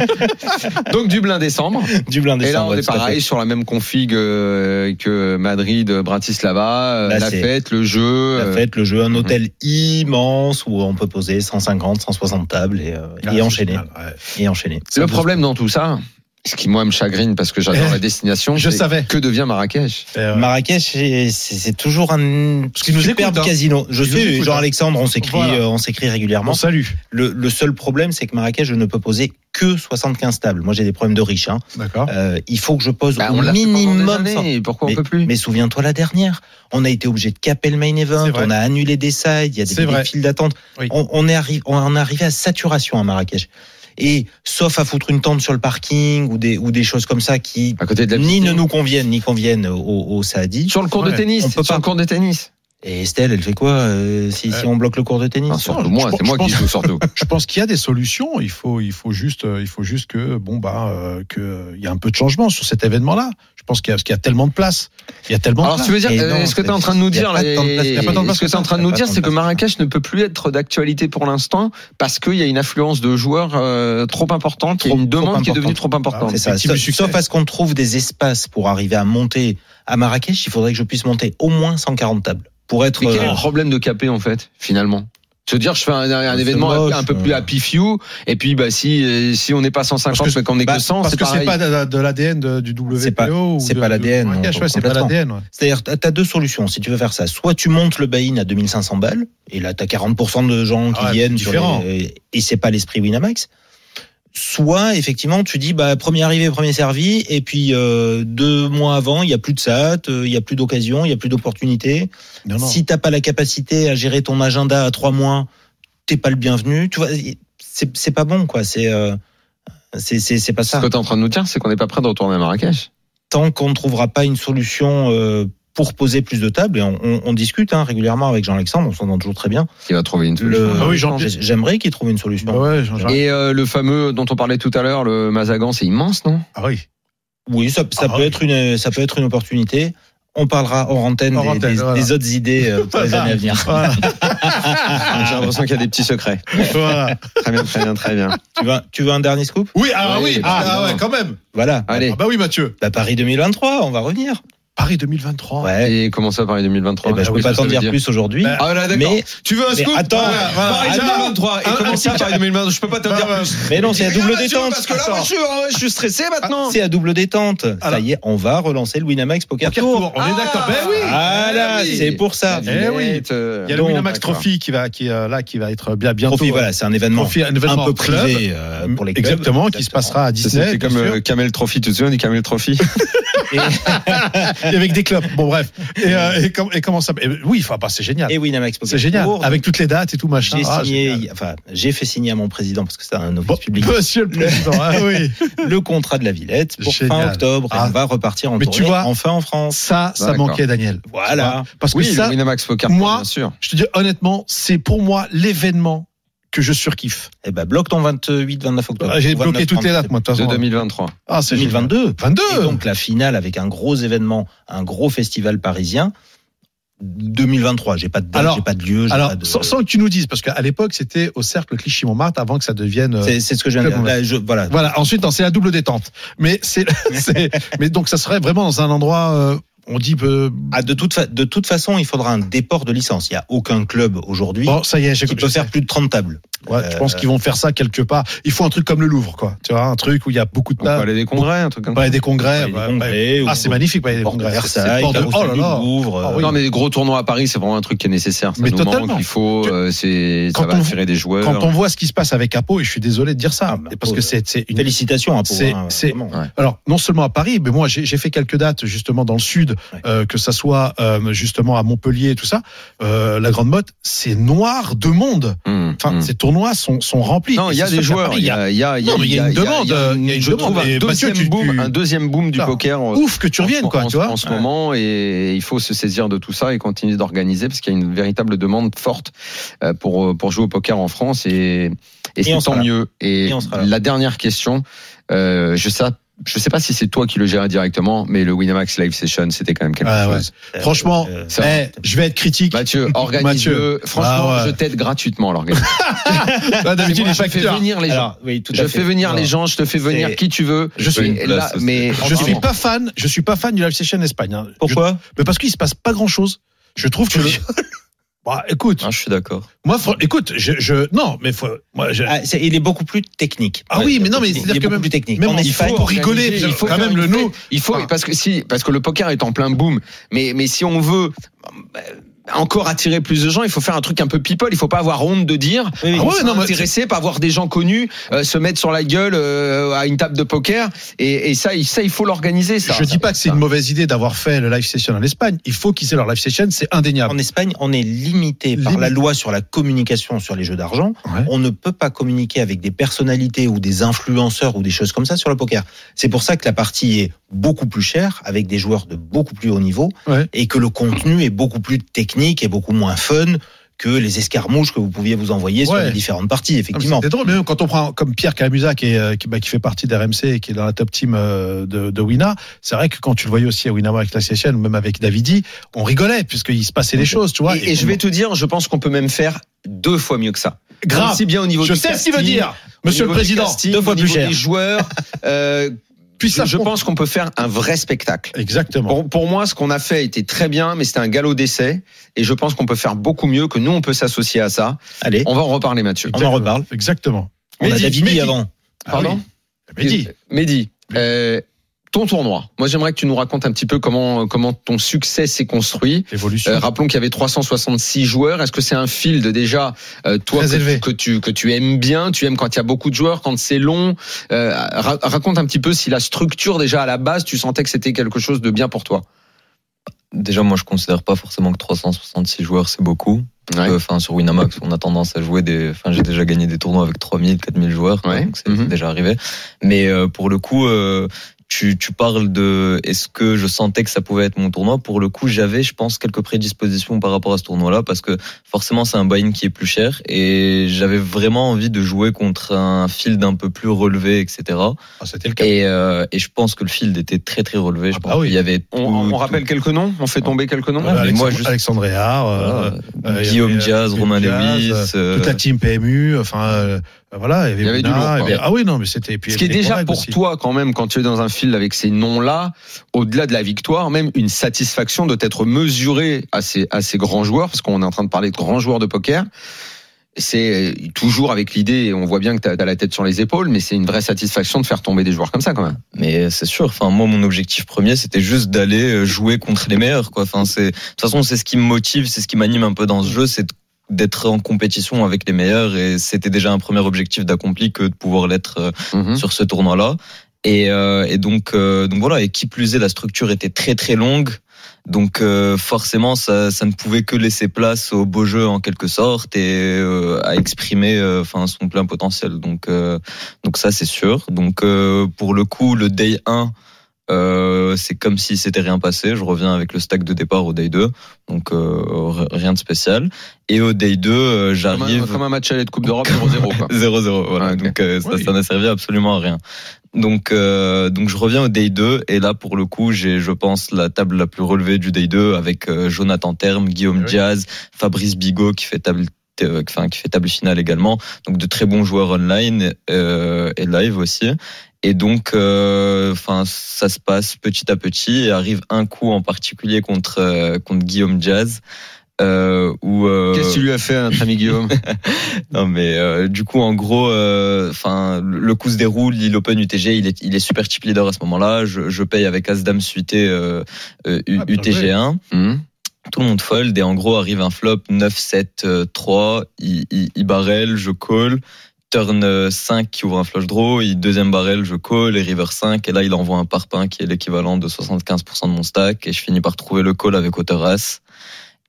Speaker 1: Donc, Dublin, décembre.
Speaker 3: <laughs> Dublin,
Speaker 1: Et là,
Speaker 3: décembre,
Speaker 1: on est
Speaker 3: tout à fait.
Speaker 1: pareil sur la même config euh, que Madrid, Bratislava, euh,
Speaker 3: Là,
Speaker 1: la
Speaker 3: c'est-
Speaker 1: fête, le jeu.
Speaker 3: La
Speaker 1: euh,
Speaker 3: fête, le jeu, un hôtel immense où on peut poser 150, 160 tables et, euh,
Speaker 2: Ah,
Speaker 3: et
Speaker 2: c'est
Speaker 3: enchaîner.
Speaker 2: génial, ouais.
Speaker 3: Et enchaîner.
Speaker 1: Le problème dans tout ça, ce qui moi me chagrine parce que j'adore
Speaker 2: Eh,
Speaker 1: la destination,
Speaker 2: je
Speaker 1: c'est
Speaker 2: savais.
Speaker 1: que devient Marrakech.
Speaker 2: Et, euh,
Speaker 3: Marrakech, c'est- c'est c'est toujours un
Speaker 2: qu'ils nous
Speaker 3: superbe
Speaker 2: écoutent, hein.
Speaker 3: casino. Je
Speaker 2: Ils nous
Speaker 3: sais,
Speaker 2: écoutent, hein.
Speaker 3: Jean-Alexandre, on s'écrit
Speaker 2: Voilà.
Speaker 3: euh, on s'écrit régulièrement.
Speaker 2: Bon, salut.
Speaker 3: Le, le seul problème, c'est que Marrakech, je ne peux poser que 75 tables. Moi, j'ai des problèmes de riches. hein.
Speaker 2: D'accord.
Speaker 3: Euh, il faut que je pose
Speaker 1: Bah,
Speaker 3: au
Speaker 1: on l'a fait pendant des
Speaker 3: minimum.
Speaker 1: années,
Speaker 3: 100.
Speaker 1: et pourquoi on peut plus
Speaker 3: Mais souviens-toi la dernière, on a été obligé de caper le main event,
Speaker 2: C'est vrai.
Speaker 3: on a annulé des sides, il y a des,
Speaker 2: C'est
Speaker 3: des
Speaker 2: vrai.
Speaker 3: files d'attente.
Speaker 2: Oui.
Speaker 3: On, on est arrivé, on en est arrivé à saturation à Marrakech. Et sauf à foutre une tente sur le parking ou des ou des choses comme ça qui
Speaker 1: À côté de la
Speaker 3: ni
Speaker 1: piscine.
Speaker 3: ne nous conviennent ni conviennent aux au Saadis.
Speaker 1: Sur le cours de
Speaker 2: Ouais,
Speaker 1: tennis,
Speaker 3: on peut
Speaker 1: sur
Speaker 3: pas.
Speaker 1: le cours de tennis.
Speaker 3: Et Estelle, elle fait quoi euh, si, si on bloque le cours de tennis
Speaker 1: Enfin, surtout moi,
Speaker 2: je
Speaker 1: c'est moi
Speaker 2: pense-
Speaker 1: qui joue surtout.
Speaker 2: Je pense qu'il y a des solutions. Il faut, il faut juste, euh, il faut juste que, bon bah, euh, que euh, il y a un peu de changement sur cet événement-là. Je pense qu'il y, a- parce qu'il y a tellement de place. Il y a tellement.
Speaker 1: Alors
Speaker 2: de
Speaker 1: tu
Speaker 2: place.
Speaker 1: veux dire,
Speaker 3: Et non,
Speaker 1: euh, est-ce que
Speaker 3: c'est-
Speaker 1: tu es en train de nous
Speaker 3: il y a
Speaker 1: dire,
Speaker 3: pas de temps de place, il y a pas de temps de
Speaker 1: est-ce que
Speaker 3: place
Speaker 1: tu es en train de
Speaker 3: comme
Speaker 1: nous
Speaker 3: ça, il y a
Speaker 1: dire,
Speaker 3: pas de
Speaker 1: c'est que
Speaker 3: temps de place.
Speaker 1: Marrakech ne peut plus être d'actualité pour l'instant parce qu'il y a une affluence de joueurs euh, trop importante, il y a
Speaker 3: Trop-
Speaker 1: une
Speaker 3: trop
Speaker 1: demande qui est devenue trop
Speaker 3: importante. Bah,
Speaker 1: importante.
Speaker 3: C'est ça.
Speaker 2: Victime
Speaker 3: Sauf,
Speaker 2: du succès.
Speaker 3: sauf à ce qu'on trouve des espaces pour arriver à monter à Marrakech, il faudrait que je puisse monter au moins 140 tables pour être.
Speaker 1: Mais quel est
Speaker 3: euh,
Speaker 1: le problème de caper en fait, finalement se dire je fais un, un
Speaker 3: C'est
Speaker 1: événement
Speaker 3: moche,
Speaker 1: un peu
Speaker 3: euh.
Speaker 1: plus happy few et puis bah si euh, si on n'est pas 150
Speaker 2: Parce que-
Speaker 1: mais qu'on est
Speaker 3: bah,
Speaker 1: que 100
Speaker 2: Parce
Speaker 1: c'est
Speaker 2: que c'est
Speaker 1: pareil.
Speaker 2: pas de, de l'ADN de- du WPO.
Speaker 3: C'est pas-
Speaker 2: ou
Speaker 3: c'est
Speaker 2: de-
Speaker 3: pas
Speaker 2: de-
Speaker 3: l'ADN,
Speaker 2: Ouais,
Speaker 3: on
Speaker 2: je sais pas, c'est pas
Speaker 3: comprend
Speaker 2: l'ADN. ouais.
Speaker 3: C'est-à-dire, t'as- t'as deux solutions si tu veux faire ça. Soit tu montes le buy-in à 2500 balles, et là, t'as 40% de gens qui
Speaker 2: Ah ouais,
Speaker 3: viennent,
Speaker 2: c'est
Speaker 3: sur
Speaker 2: différent.
Speaker 3: les- et c'est pas l'esprit Winamax. Soit, effectivement, tu dis, bah, premier arrivé, premier servi, et puis euh, deux mois avant, il n'y a plus de SAT, euh, il n'y a plus d'occasion, il n'y a plus d'opportunité.
Speaker 2: Non, non.
Speaker 3: Si t'as pas la capacité à gérer ton agenda à trois mois, t'es pas le bienvenu. Tu vois, c'est c'est pas bon, quoi. C'est euh, c'est- c'est- c'est pas
Speaker 1: Ce
Speaker 3: ça
Speaker 1: que t'es en train de nous dire, c'est qu'on n'est pas prêt de retourner à Marrakech.
Speaker 3: tant qu'on ne trouvera pas une solution euh, pour poser plus de tables, et on, on- on discute hein, régulièrement avec Jean-Alexandre, on s'entend toujours très bien.
Speaker 1: Il va trouver une solution.
Speaker 3: Le-
Speaker 2: Ah oui, Jean-
Speaker 3: j'ai- J'aimerais qu'il trouve une solution.
Speaker 2: Bah ouais, Jean-Jacques.
Speaker 1: Et euh, le fameux dont on parlait tout à l'heure, le Mazagan, c'est immense, non
Speaker 2: Ah oui.
Speaker 3: Oui, ça, ça
Speaker 2: Ah
Speaker 3: peut
Speaker 2: oui.
Speaker 3: être une, ça peut être une opportunité. On parlera hors antenne,
Speaker 2: Hors
Speaker 3: des,
Speaker 2: antenne,
Speaker 3: des-
Speaker 2: voilà.
Speaker 3: des autres
Speaker 2: <laughs>
Speaker 3: idées euh, pour les années à venir.
Speaker 2: Voilà.
Speaker 1: J'ai l'impression qu'il y a des petits secrets. <laughs>
Speaker 2: Voilà.
Speaker 1: Très bien, très bien, très bien.
Speaker 3: <laughs> tu, veux, un- tu veux un dernier scoop
Speaker 2: Oui, ah
Speaker 1: Oui,
Speaker 2: oui,
Speaker 1: bah,
Speaker 2: ah, ah
Speaker 1: non.
Speaker 2: ouais, quand même.
Speaker 3: Voilà.
Speaker 1: Allez,
Speaker 2: Ah bah oui, Mathieu.
Speaker 3: Bah, Paris 2023, on va revenir.
Speaker 2: Paris 2023.
Speaker 3: Ouais.
Speaker 1: et comment ça Paris
Speaker 3: Eh
Speaker 1: 2023
Speaker 3: ben, je
Speaker 1: Ah
Speaker 3: peux
Speaker 1: oui,
Speaker 3: pas
Speaker 1: ça, ça
Speaker 3: t'en
Speaker 1: veut
Speaker 3: dire plus aujourd'hui.
Speaker 2: Bah,
Speaker 1: Ah là, d'accord.
Speaker 3: mais,
Speaker 2: Tu veux un
Speaker 3: mais
Speaker 2: scoop
Speaker 3: attends,
Speaker 2: Voilà, Ah, voilà.
Speaker 3: Paris
Speaker 2: Attends.
Speaker 1: 2023 et
Speaker 2: Un-
Speaker 1: comment ça Paris 2023 Je peux pas t'en dire
Speaker 2: Bah,
Speaker 1: plus.
Speaker 3: mais non, c'est à double
Speaker 1: Bien sûr,
Speaker 3: détente.
Speaker 1: Parce que là,
Speaker 3: Attends. Ah,
Speaker 1: moi, je suis- euh, je suis stressé maintenant.
Speaker 3: C'est à double détente. Ça
Speaker 2: Alors.
Speaker 3: y est, on va relancer le Winamax Poker
Speaker 2: Poker
Speaker 3: Tour.
Speaker 2: Tour, on est d'accord.
Speaker 1: Ah.
Speaker 2: Ben oui.
Speaker 3: Voilà,
Speaker 1: Eh oui.
Speaker 3: c'est pour ça.
Speaker 2: Eh oui.
Speaker 1: euh,
Speaker 2: Il y a le
Speaker 3: Donc,
Speaker 2: Winamax
Speaker 1: d'accord.
Speaker 2: Trophy qui va, qui, euh, là, qui va être bien bientôt.
Speaker 3: Profit, voilà, c'est un événement
Speaker 2: Trophy, un
Speaker 3: un
Speaker 2: événement
Speaker 3: peu
Speaker 2: club.
Speaker 3: privé euh, pour les clubs.
Speaker 2: Exactement, qui se passera à
Speaker 1: C'est-
Speaker 2: Disney.
Speaker 1: C'est comme
Speaker 2: bien
Speaker 1: euh, Camel Trophy, tu te souviens du Camel Trophy
Speaker 3: euh,
Speaker 2: sûr. <laughs> Et avec des clubs. Bon, bref. Et, euh, et, com- et comment ça et Oui, enfin, bah, c'est génial.
Speaker 3: Et Winamax Poker
Speaker 2: C'est génial.
Speaker 3: Tour.
Speaker 2: Avec toutes les dates et tout machin.
Speaker 3: j'ai
Speaker 2: Ah,
Speaker 3: signé,
Speaker 2: génial.
Speaker 3: enfin, j'ai fait signer à mon président parce que c'est un office
Speaker 2: Bon, <laughs>
Speaker 3: public
Speaker 2: monsieur le président. ah
Speaker 3: <laughs>
Speaker 2: oui.
Speaker 3: le contrat de la Villette pour
Speaker 2: Génial.
Speaker 3: fin octobre et
Speaker 2: Ah.
Speaker 3: on va repartir en
Speaker 2: Mais
Speaker 3: tournée
Speaker 2: tu vois-
Speaker 3: enfin en France.
Speaker 2: Ça, ça
Speaker 1: D'accord.
Speaker 2: manquait, Daniel.
Speaker 3: Voilà.
Speaker 2: Parce que
Speaker 1: Oui,
Speaker 2: ça,
Speaker 1: le Winamax Poker,
Speaker 2: moi,
Speaker 1: bien sûr.
Speaker 2: je te dis honnêtement, c'est pour moi l'événement que je surkiffe. Ah,
Speaker 3: Et ben bloque ton 28 29 octobre.
Speaker 2: J'ai bloqué
Speaker 3: 29,
Speaker 2: toutes les dates, moi, de toute
Speaker 1: De
Speaker 2: façon.
Speaker 1: 2023.
Speaker 2: Ah, c'est génial. Euh.
Speaker 3: 2022.
Speaker 2: 22
Speaker 3: Et donc la finale avec un gros événement, un gros festival parisien 2023, j'ai pas de date,
Speaker 2: Alors-
Speaker 3: j'ai pas de lieu, j'ai
Speaker 2: Alors,
Speaker 3: pas de
Speaker 2: sans, sans que tu nous dises, parce qu'à l'époque, c'était au cercle Clichy-Montmartre avant que ça devienne. euh,
Speaker 3: c'est c'est ce que je viens de
Speaker 2: Très
Speaker 3: dire.
Speaker 2: bon.
Speaker 3: Là, je- voilà,
Speaker 2: Voilà. Ensuite, non, c'est la double détente. Mais c'est, <laughs> c'est- mais donc ça serait vraiment dans un endroit, euh, on dit, euh,
Speaker 3: Ah, de, toute fa- de toute façon, il faudra un déport de licence. Il n'y a aucun club aujourd'hui
Speaker 2: bon, ça y est, j'ai
Speaker 3: qui peut
Speaker 2: je sais.
Speaker 3: faire Euh. plus de 30 tables.
Speaker 2: Ouais, je pense qu'ils vont faire ça quelque part. Il faut un truc comme le Louvre, quoi. Tu vois, un truc où il y a beaucoup de
Speaker 3: Bah,
Speaker 1: On peut
Speaker 2: tables,
Speaker 1: aller à des congrès, un truc comme ça.
Speaker 2: Palais des congrès.
Speaker 3: Palais des
Speaker 2: ouais,
Speaker 3: congrès,
Speaker 2: ouais.
Speaker 3: ou-
Speaker 2: Ah, c'est magnifique, Palais des
Speaker 3: Porte de
Speaker 2: congrès.
Speaker 3: Versailles,
Speaker 2: Porte de-
Speaker 3: Carrousel
Speaker 2: oh là
Speaker 3: du
Speaker 2: là.
Speaker 3: Louvre.
Speaker 2: Ah
Speaker 3: euh,
Speaker 2: oui.
Speaker 1: Non, mais des gros tournois à Paris, c'est vraiment un truc qui est nécessaire. Ça
Speaker 2: Mais
Speaker 1: nous
Speaker 2: totalement.
Speaker 1: manque, il faut,
Speaker 2: Tu-
Speaker 1: euh, c'est, ça
Speaker 2: Quand
Speaker 1: va
Speaker 2: on-
Speaker 1: attirer des joueurs.
Speaker 2: Quand on voit ce qui se passe avec Apo, et je suis désolé de dire ça,
Speaker 3: Ah, bah,
Speaker 2: parce que
Speaker 3: euh,
Speaker 2: c'est c'est une
Speaker 3: Félicitations à hein,
Speaker 2: C'est- c'est- Alors, non seulement à Paris, mais moi, j'ai j'ai fait quelques dates justement dans le sud,
Speaker 3: Ouais.
Speaker 2: euh, que ça soit euh, justement à Montpellier et tout ça. Euh, la Grande Motte, c'est noir de monde.
Speaker 1: Hmm,
Speaker 2: Enfin,
Speaker 1: hmm.
Speaker 2: ces tournois sont, sont remplis.
Speaker 1: Non,
Speaker 2: Et
Speaker 1: il y a
Speaker 2: c'est sûr
Speaker 1: des
Speaker 2: qu'à
Speaker 1: joueurs.
Speaker 2: Paris,
Speaker 1: Il y a, il y a,
Speaker 2: Non, mais il y a une demande, il y a une
Speaker 1: je
Speaker 2: demande.
Speaker 1: trouve
Speaker 2: Et
Speaker 1: un
Speaker 2: Mathieu,
Speaker 1: deuxième
Speaker 2: tu-
Speaker 1: boom,
Speaker 2: tu-
Speaker 1: un deuxième boom du
Speaker 2: Putain,
Speaker 1: poker. euh,
Speaker 2: Ouf que tu
Speaker 1: en-
Speaker 2: reviennes, quoi,
Speaker 1: en,
Speaker 2: tu vois.
Speaker 1: en ce moment, et il faut se saisir de tout ça et continuer d'organiser parce qu'il y a une véritable demande forte euh, pour euh, pour jouer au poker en France et et, c'est
Speaker 3: on
Speaker 1: tant
Speaker 3: sera là.
Speaker 1: mieux. Et,
Speaker 3: Et on sera là.
Speaker 1: la dernière question, euh, je sais. je sais pas si c'est toi qui le gérais directement, mais le Winamax Live Session, c'était quand même quelque
Speaker 2: Ah ouais.
Speaker 1: chose.
Speaker 2: Franchement,
Speaker 3: Euh,
Speaker 1: ça- Bah,
Speaker 2: eh, je vais être critique. <laughs>
Speaker 1: Mathieu, organise-le.
Speaker 2: Mathieu.
Speaker 1: Franchement,
Speaker 2: Ah ouais.
Speaker 1: je t'aide gratuitement à l'organiser.
Speaker 2: Ah, D'habitude,
Speaker 1: Moi,
Speaker 2: les
Speaker 1: je fais
Speaker 2: facteurs.
Speaker 1: venir les gens.
Speaker 3: alors, oui, tout
Speaker 1: Je
Speaker 3: à fait.
Speaker 1: fais venir
Speaker 3: Non.
Speaker 1: les gens, je te fais venir
Speaker 3: C'est-
Speaker 1: qui tu veux.
Speaker 3: Je suis
Speaker 1: Et
Speaker 3: une
Speaker 1: là,
Speaker 5: place aussi.
Speaker 1: mais
Speaker 2: Je suis
Speaker 1: vraiment.
Speaker 2: pas fan. Je suis pas fan du live session Espagne. hein.
Speaker 3: Pourquoi
Speaker 2: Je- mais parce qu'il se passe pas grand chose. Je trouve que. le- <laughs> Bah, écoute,
Speaker 5: Ah, je suis d'accord.
Speaker 2: moi, fr- écoute, je, je- non, mais faut, moi, je-
Speaker 3: Ah, c'est- il est beaucoup plus technique.
Speaker 2: Ah oui,
Speaker 3: Ouais,
Speaker 2: mais non, mais
Speaker 3: technique.
Speaker 2: c'est-à-dire
Speaker 3: Il est
Speaker 2: que
Speaker 3: beaucoup
Speaker 2: même-
Speaker 3: plus technique.
Speaker 2: même
Speaker 3: En
Speaker 2: en
Speaker 3: Espagne,
Speaker 2: faut rigoler,
Speaker 1: organiser,
Speaker 2: il faut quand
Speaker 1: faire
Speaker 2: même
Speaker 1: une
Speaker 2: le nom.
Speaker 1: fête. Il faut
Speaker 2: Enfin.
Speaker 1: parce que si parce que le poker est en plein boom. Mais mais si on veut bah, encore attirer plus de gens, il faut faire un truc un peu people. Il faut pas avoir honte de dire.
Speaker 3: Oui, oui.
Speaker 1: ah
Speaker 2: Ah ouais,
Speaker 1: ouais,
Speaker 2: non, mais-
Speaker 1: intéressé, pas voir des gens connus euh, se mettre sur la gueule euh, à une table de poker. Et, et ça, il- ça il faut l'organiser. Ça.
Speaker 2: je dis pas que c'est une mauvaise idée d'avoir fait le live session en Espagne. Il faut qu'ils aient leur live session, c'est indéniable.
Speaker 3: en Espagne, on est limité par
Speaker 2: Ah. Limité.
Speaker 3: la loi sur la communication sur les jeux d'argent.
Speaker 2: Ouais.
Speaker 3: On ne peut pas communiquer avec des personnalités ou des influenceurs ou des choses comme ça sur le poker. C'est pour ça que la partie est beaucoup plus chère avec des joueurs de beaucoup plus haut niveau
Speaker 2: Ouais.
Speaker 3: et que le contenu est beaucoup plus technique et beaucoup moins fun que les escarmouches que vous pouviez vous envoyer sur
Speaker 2: Ouais.
Speaker 3: les différentes parties, effectivement.
Speaker 2: C'est drôle, Ah, mais même quand on prend comme Pierre Camusa qui, est, euh, qui, bah, qui fait partie d'RMC et qui est dans la top team euh, de, de Wina, c'est vrai que quand tu le voyais aussi à Winama avec la session, même avec Davidi, on rigolait puisqu'il se passait des choses, tu vois.
Speaker 1: Et, et je vais te dire, je pense qu'on peut même faire deux fois mieux que ça.
Speaker 2: grave.
Speaker 1: Aussi bien au niveau
Speaker 2: Je
Speaker 1: du
Speaker 2: sais ce qu'il veut
Speaker 1: casting,
Speaker 2: dire,
Speaker 1: au
Speaker 2: Monsieur le
Speaker 1: niveau du
Speaker 2: Président.
Speaker 1: casting,
Speaker 2: deux fois
Speaker 1: au
Speaker 2: plus
Speaker 1: niveau
Speaker 2: cher.
Speaker 1: Des joueurs,
Speaker 2: <laughs>
Speaker 1: euh,
Speaker 2: Puis ça,
Speaker 1: je pense qu'on peut faire un vrai spectacle.
Speaker 2: Exactement.
Speaker 1: Pour, pour moi, ce qu'on a fait était très bien, mais c'était un galop d'essai. Et je pense qu'on peut faire beaucoup mieux, que nous, on peut s'associer à ça.
Speaker 3: Allez,
Speaker 1: On va en reparler, Mathieu.
Speaker 3: on en reparle.
Speaker 2: Exactement.
Speaker 3: On a
Speaker 2: Mehdi,
Speaker 3: David
Speaker 2: Mehdi.
Speaker 3: avant.
Speaker 1: Pardon
Speaker 2: Mais dis.
Speaker 1: Ah Euh, Mehdi, euh, ton tournoi. Moi, j'aimerais que tu nous racontes un petit peu comment, comment ton succès s'est construit.
Speaker 2: Évolution.
Speaker 1: Euh, rappelons qu'il y avait 366 joueurs. Est-ce que c'est un field déjà euh, toi
Speaker 2: Très
Speaker 1: que,
Speaker 2: élevé.
Speaker 1: que tu que tu aimes bien Tu aimes quand il y a beaucoup de joueurs, quand c'est long. Euh, ra- raconte un petit peu si la structure déjà à la base, tu sentais que c'était quelque chose de bien pour toi.
Speaker 5: Déjà, moi, je considère pas forcément que 366 joueurs, c'est beaucoup.
Speaker 1: Ouais.
Speaker 5: Euh, Enfin, sur Winamax, on a tendance à jouer des. Enfin, j'ai déjà gagné des tournois avec 3000, 4000 joueurs.
Speaker 1: Ouais.
Speaker 5: Donc, c'est
Speaker 1: Mhm.
Speaker 5: déjà arrivé. Mais euh, pour le coup, euh, tu, tu parles de. Est-ce que je sentais que ça pouvait être mon tournoi Pour le coup, j'avais, je pense, quelques prédispositions par rapport à ce tournoi-là, parce que forcément, c'est un buy-in qui est plus cher, et j'avais vraiment envie de jouer contre un field un peu plus relevé, etc.
Speaker 2: Ah, C'était le cas.
Speaker 5: Et, euh, et je pense que le field était très très relevé. Je
Speaker 2: Ah bah
Speaker 5: pense
Speaker 2: oui.
Speaker 5: qu'il y avait.
Speaker 1: On,
Speaker 5: tout-
Speaker 1: on rappelle quelques noms. On fait tomber quelques noms.
Speaker 5: Ouais, mais
Speaker 2: Euh, Alexandre-
Speaker 5: moi, juste-
Speaker 2: Alexandre Héard,
Speaker 1: Ah,
Speaker 2: euh, euh, il y
Speaker 5: Ah, Guillaume
Speaker 2: avait, euh,
Speaker 5: Diaz,
Speaker 2: Guillaume
Speaker 5: Romain
Speaker 2: Diaz,
Speaker 5: Lewis.
Speaker 2: euh,
Speaker 5: euh,
Speaker 2: toute la team PMU, enfin euh, euh, voilà, il y avait,
Speaker 1: Il y avait du
Speaker 2: Bouna,
Speaker 1: lourd, quoi.
Speaker 2: il y avait- Ah oui, non, mais c'était. et puis
Speaker 1: Ce
Speaker 2: il
Speaker 1: qui
Speaker 2: y
Speaker 1: est
Speaker 2: avait des
Speaker 1: déjà
Speaker 2: Corrèges
Speaker 1: pour
Speaker 2: aussi.
Speaker 1: toi quand même, quand tu es dans un field avec ces noms-là, au-delà de la victoire, même une satisfaction de t'être mesuré à ces, à ces grands joueurs, parce qu'on est en train de parler de grands joueurs de poker. C'est euh, toujours avec l'idée, et on voit bien que tu as, la tête sur les épaules, mais c'est une vraie satisfaction de faire tomber des joueurs comme ça quand même.
Speaker 5: Mais c'est sûr. Enfin, moi, mon objectif premier, c'était juste d'aller euh, jouer contre les meilleurs. Quoi. Enfin, c'est de toute façon, c'est ce qui me motive, c'est ce qui m'anime un peu dans ce jeu, c'est de- d'être en compétition avec les meilleurs. Et c'était déjà un premier objectif d'accompli que de pouvoir l'être euh,
Speaker 1: Mhm.
Speaker 5: sur ce tournoi-là. Et, euh, et donc, euh, donc voilà. Et qui plus est, la structure était très très longue. Donc euh, forcément, ça, ça ne pouvait que laisser place au beau jeu en quelque sorte et euh, à exprimer euh, enfin son plein potentiel. Donc euh, donc ça c'est sûr. Donc euh, pour le coup, le day 1 euh, c'est comme si c'était rien passé. Je reviens avec le stack de départ au day 2, donc euh, r- rien de spécial. Et au day 2, euh,
Speaker 1: Comme,
Speaker 5: j'arrive.
Speaker 1: un, comme un match aller de Coupe d'Europe 0-0.
Speaker 5: <laughs>
Speaker 1: quoi.
Speaker 5: 0-0, voilà.
Speaker 1: Ouais, ok.
Speaker 5: Donc euh, ça,
Speaker 2: Oui.
Speaker 5: ça n'a servi absolument à rien. Donc, euh, donc je reviens au day 2 et là pour le coup j'ai je pense la table la plus relevée du day 2 avec euh, Jonathan Terme, Guillaume
Speaker 1: Eh
Speaker 2: Oui.
Speaker 5: Diaz, Fabrice Bigot qui fait table euh, enfin qui fait table finale également. Donc de très bons joueurs online euh, et live aussi. Et donc, euh, enfin, ça se passe petit à petit. Et arrive un coup en particulier contre euh, contre Guillaume Diaz. Euh, où, euh,
Speaker 1: Qu'est-ce que tu lui as fait à notre ami Guillaume
Speaker 3: <laughs>
Speaker 5: non mais euh, du coup en gros, euh, enfin le coup se déroule, il open UTG, il est il est super chip leader à ce moment-là. Je, je paye avec As Dame suité euh, euh, U-
Speaker 2: Ah, bien
Speaker 5: UTG1.
Speaker 1: Mhm.
Speaker 5: Hmm. Tout le monde fold et en gros arrive un flop 9-7-3, il, il, il barrel, je call. Turn euh, 5 qui ouvre un flush draw, il deuxième barrel, je call, et river 5, et là il envoie un parpaing qui est l'équivalent de 75% de mon stack, et je finis par trouver le call avec auteur As.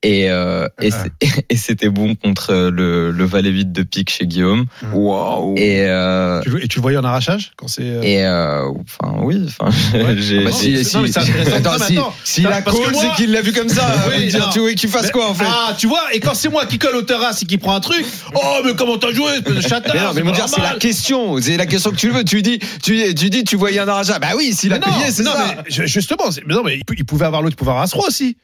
Speaker 5: Et, euh, et c'est- et c'était bon contre euh, le, le valet vide de pique chez Guillaume.
Speaker 1: <laughs>
Speaker 2: Oh.
Speaker 1: Waouh.
Speaker 5: Et, euh,
Speaker 2: Tu le- Et tu le voyais en arrachage quand c'est. euh,
Speaker 5: et euh, enfin, oui, enfin,
Speaker 2: Ouais. <laughs>
Speaker 5: j'ai-
Speaker 2: Ah bah,
Speaker 5: j'ai-
Speaker 1: si, si,
Speaker 2: Non, mais c'est intéressant.
Speaker 1: Attends,
Speaker 2: Non, mais
Speaker 1: si,
Speaker 2: attends.
Speaker 1: si
Speaker 2: Parce
Speaker 1: la
Speaker 2: que
Speaker 1: cause,
Speaker 2: moi-
Speaker 1: c'est qu'il l'a vu comme ça.
Speaker 2: Oui,
Speaker 1: euh, dire,
Speaker 2: non.
Speaker 1: tu veux qu'il fasse quoi en fait
Speaker 2: Ah, tu vois, et quand c'est moi qui colle aux terrasses et qui prend un truc, oh, mais comment t'as joué, espèce de
Speaker 1: Mais non,
Speaker 2: châtard
Speaker 1: mais
Speaker 2: c'est
Speaker 1: mon
Speaker 2: pas
Speaker 1: dire, c'est la
Speaker 2: normal.
Speaker 1: question. C'est la question que tu veux. Tu dis, tu, tu dis, tu voyais un arrachage. Bah oui, s'il a
Speaker 2: Mais non,
Speaker 1: payé, c'est
Speaker 2: non,
Speaker 1: ça.
Speaker 2: mais ju- justement, c'est- mais non, mais il pou- il pouvait avoir l'autre, il pouvait avoir As-Roi aussi.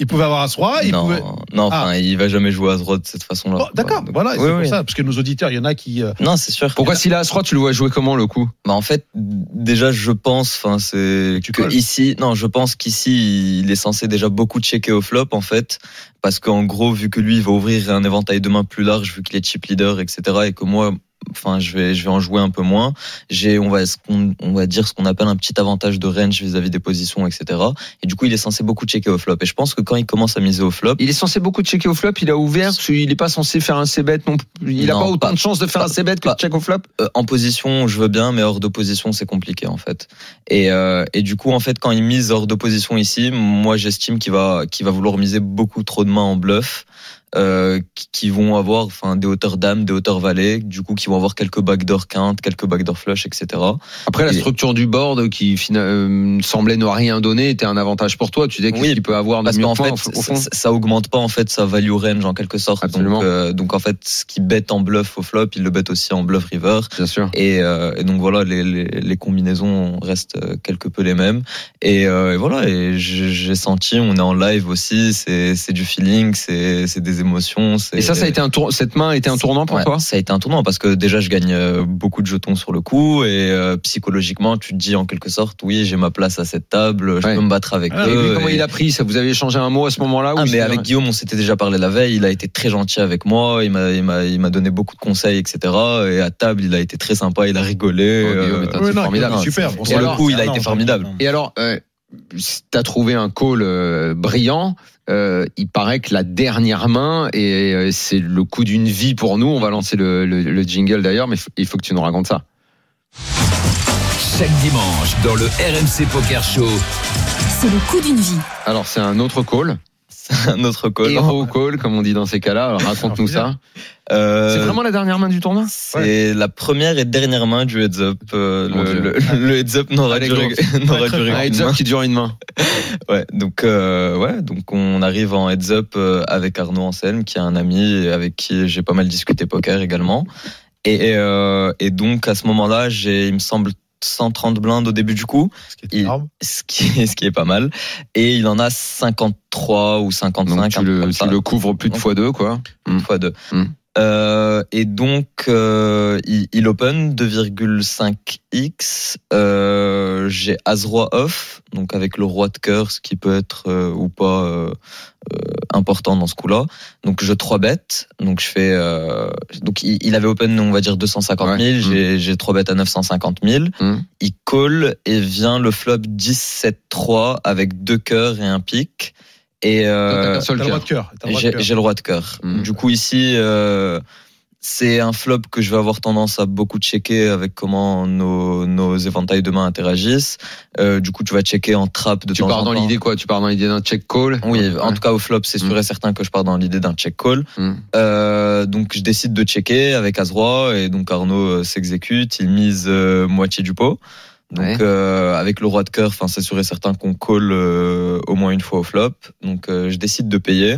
Speaker 2: Il pouvait avoir As-Roi, il
Speaker 5: non,
Speaker 2: pouvait.
Speaker 5: non,
Speaker 2: Ah.
Speaker 5: enfin, il va jamais jouer à droite de cette façon-là.
Speaker 2: Bon, D'accord,
Speaker 5: Ouais, donc-
Speaker 2: voilà, c'est
Speaker 5: Oui,
Speaker 2: pour
Speaker 5: oui.
Speaker 2: ça, parce que nos auditeurs, il y en a qui. euh,
Speaker 5: Non, c'est sûr.
Speaker 1: Pourquoi s'il a As-Roi, tu le vois jouer comment le coup
Speaker 5: Bah en fait, déjà, je pense, enfin, c'est
Speaker 2: Tu
Speaker 5: que
Speaker 2: colles.
Speaker 5: ici, non, je pense qu'ici, il est censé déjà beaucoup checker au flop, en fait, parce qu'en gros, vu que lui, il va ouvrir un éventail de mains plus large, vu qu'il est chip leader, etc., et que moi, enfin, je vais, je vais en jouer un peu moins. J'ai, on va, ce qu'on, on va dire ce qu'on appelle un petit avantage de range vis-à-vis des positions, etc. Et du coup, il est censé beaucoup checker au flop. Et je pense que quand il commence à miser au flop,
Speaker 1: Il est censé beaucoup checker au flop. Il a ouvert. parce qu'il est pas censé faire un c-bet non plus. Il a
Speaker 5: Non,
Speaker 1: pas autant
Speaker 5: pas-
Speaker 1: de chances de faire
Speaker 5: pas-
Speaker 1: un c-bet que de
Speaker 5: pas-
Speaker 1: check au flop.
Speaker 5: Euh, en position, je veux bien, mais hors de position, c'est compliqué en fait. Et, euh, et du coup, en fait, quand il mise hors de position ici, moi, j'estime qu'il va, qu'il va vouloir miser beaucoup trop de mains en bluff, euh, qui- qui vont avoir, enfin, des hauteurs dames, des hauteurs valets, du coup, qui vont avoir quelques backdoor quintes, quelques backdoor flush, etc.
Speaker 1: Après, la
Speaker 5: Il-
Speaker 1: structure du board qui fina- euh, semblait ne rien donner était un avantage pour toi. Tu dis qu'est-ce
Speaker 5: Oui,
Speaker 1: qu'il peut avoir de
Speaker 5: Parce
Speaker 1: mieux
Speaker 5: qu'en
Speaker 1: que moi,
Speaker 5: fait,
Speaker 1: au- au fond
Speaker 5: ça, ça augmente pas en fait sa value range en quelque sorte.
Speaker 1: Absolument.
Speaker 5: Donc, euh, donc en fait, ce qui bête en bluff au flop, il le bête aussi en bluff river.
Speaker 1: Bien sûr.
Speaker 5: Et, euh, et donc voilà, les, les, les combinaisons restent euh, quelque peu les mêmes. Et, euh, et voilà, et j'ai j'ai senti, on est en live aussi, c'est c'est du feeling, c'est c'est des émotions. c'est-
Speaker 1: Et ça, ça a été un tour. Cette main a été un tournant pour
Speaker 5: Ouais,
Speaker 1: toi.
Speaker 5: Ça a été un tournant parce que déjà je gagne euh, beaucoup de jetons sur le coup et euh, psychologiquement tu te dis en quelque sorte oui j'ai ma place à cette table, je
Speaker 1: Ouais.
Speaker 5: peux me battre avec
Speaker 1: Et
Speaker 5: eux.
Speaker 1: lui, Ah comment
Speaker 5: et-
Speaker 1: il a pris ça Vous avez échangé un mot à ce moment-là ou
Speaker 5: ah,
Speaker 1: il s'est-
Speaker 5: mais avec Guillaume, on s'était déjà parlé la veille. Il a été très gentil avec moi. Il m'a, il m'a, il m'a donné beaucoup de conseils, etc. Et à table, il a été très sympa. Il a rigolé. euh,
Speaker 1: Oh, Guillaume est un type
Speaker 2: ouais, non,
Speaker 1: formidable.
Speaker 2: super. bon,
Speaker 5: Pour
Speaker 2: ça-
Speaker 5: le coup, il a
Speaker 3: Non,
Speaker 5: été
Speaker 3: non,
Speaker 5: formidable.
Speaker 3: non.
Speaker 1: Et alors, euh, t'as trouvé un call euh, brillant. Euh, il paraît que la dernière main, et euh, c'est le coup d'une vie pour nous. On va lancer le, le- le jingle d'ailleurs, mais f- il faut que tu nous racontes ça.
Speaker 4: Chaque dimanche dans le RMC Poker Show.
Speaker 6: C'est le coup d'une vie.
Speaker 1: Alors, c'est un autre call.
Speaker 5: <laughs> un autre collant.
Speaker 1: Hero call, comme on dit dans ces cas-là. Alors, raconte-nous ça.
Speaker 5: Euh,
Speaker 1: C'est vraiment la dernière main du tournoi
Speaker 5: c'est la première et dernière main du heads up. Euh,
Speaker 1: Mon Dieu.
Speaker 5: le, le- le heads up n'aura
Speaker 1: Allez,
Speaker 5: duré, <laughs> n'aura duré
Speaker 1: Un
Speaker 5: qu'une
Speaker 1: heads
Speaker 5: main.
Speaker 1: up qui dure une main.
Speaker 5: Ouais, donc euh, ouais, donc on arrive en heads up euh, avec Arnaud Anselme, qui est un ami avec qui j'ai pas mal discuté poker également. Et, et, euh, et donc à ce moment-là, j'ai, il me semble, 130 blindes au début du coup,
Speaker 2: ce qui est énorme.
Speaker 5: ce qui, <laughs> est- ce qui est pas mal. Et il en a 53 ou 55.
Speaker 1: Donc, tu
Speaker 5: un truc
Speaker 1: le,
Speaker 5: comme ça.
Speaker 1: tu le couvres plus de fois deux, quoi.
Speaker 5: une fois deux.
Speaker 1: Mm.
Speaker 5: Euh, et donc, euh, il, il open 2,5x. Euh, J'ai As-Roi off, donc avec le Roi de cœur, ce qui peut être euh, ou pas euh, euh, important dans ce coup-là. Donc, je 3 bêtes. Donc, je fais. euh, donc, il, il avait open, on va dire 250 000.
Speaker 1: Ouais.
Speaker 5: J'ai- J'ai 3 bêtes à 950 000.
Speaker 1: Mm.
Speaker 5: Il call et vient le flop 17-3 avec deux cœurs et un pic. Et
Speaker 1: T'as
Speaker 5: euh,
Speaker 1: qu'un
Speaker 2: T'as
Speaker 1: seul
Speaker 2: le droit
Speaker 1: cœur.
Speaker 2: de cœur. t'as le droit de
Speaker 5: j'ai
Speaker 2: cœur.
Speaker 5: j'ai le roi de cœur.
Speaker 1: Mm.
Speaker 5: Du coup, ici, euh, c'est un flop que je vais avoir tendance à beaucoup checker avec comment nos, nos éventails de main interagissent. Euh, du coup, tu vas checker en trap de
Speaker 1: Tu
Speaker 5: temps
Speaker 1: pars
Speaker 5: en
Speaker 1: dans
Speaker 5: temps.
Speaker 1: l'idée, quoi. Tu pars dans l'idée d'un check call.
Speaker 5: Oui, en
Speaker 1: Ouais.
Speaker 5: tout cas au flop, c'est sûr
Speaker 1: Mm.
Speaker 5: et certain que je pars dans l'idée d'un check call.
Speaker 1: Mm.
Speaker 5: Euh, donc je décide de checker avec As-Roi et donc Arnaud euh, s'exécute, il mise euh, moitié du pot. Donc
Speaker 1: Ouais.
Speaker 5: euh, avec le roi de cœur, enfin c'est sûr et certain qu'on call euh, au moins une fois au flop. Donc euh, je décide de payer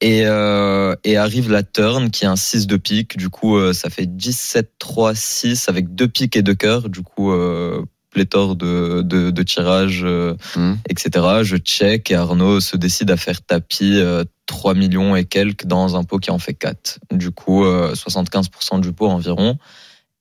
Speaker 5: et, euh, et arrive la turn qui est un 6 de pique. Du coup euh, ça fait 17 3 6 avec deux piques et deux cœurs. Du coup euh, pléthore de de, de tirages euh,
Speaker 1: Mm.
Speaker 5: etc. Je check et Arnaud se décide à faire tapis euh, 3 millions et quelques dans un pot qui en fait 4. Du coup, euh, 75% du pot environ.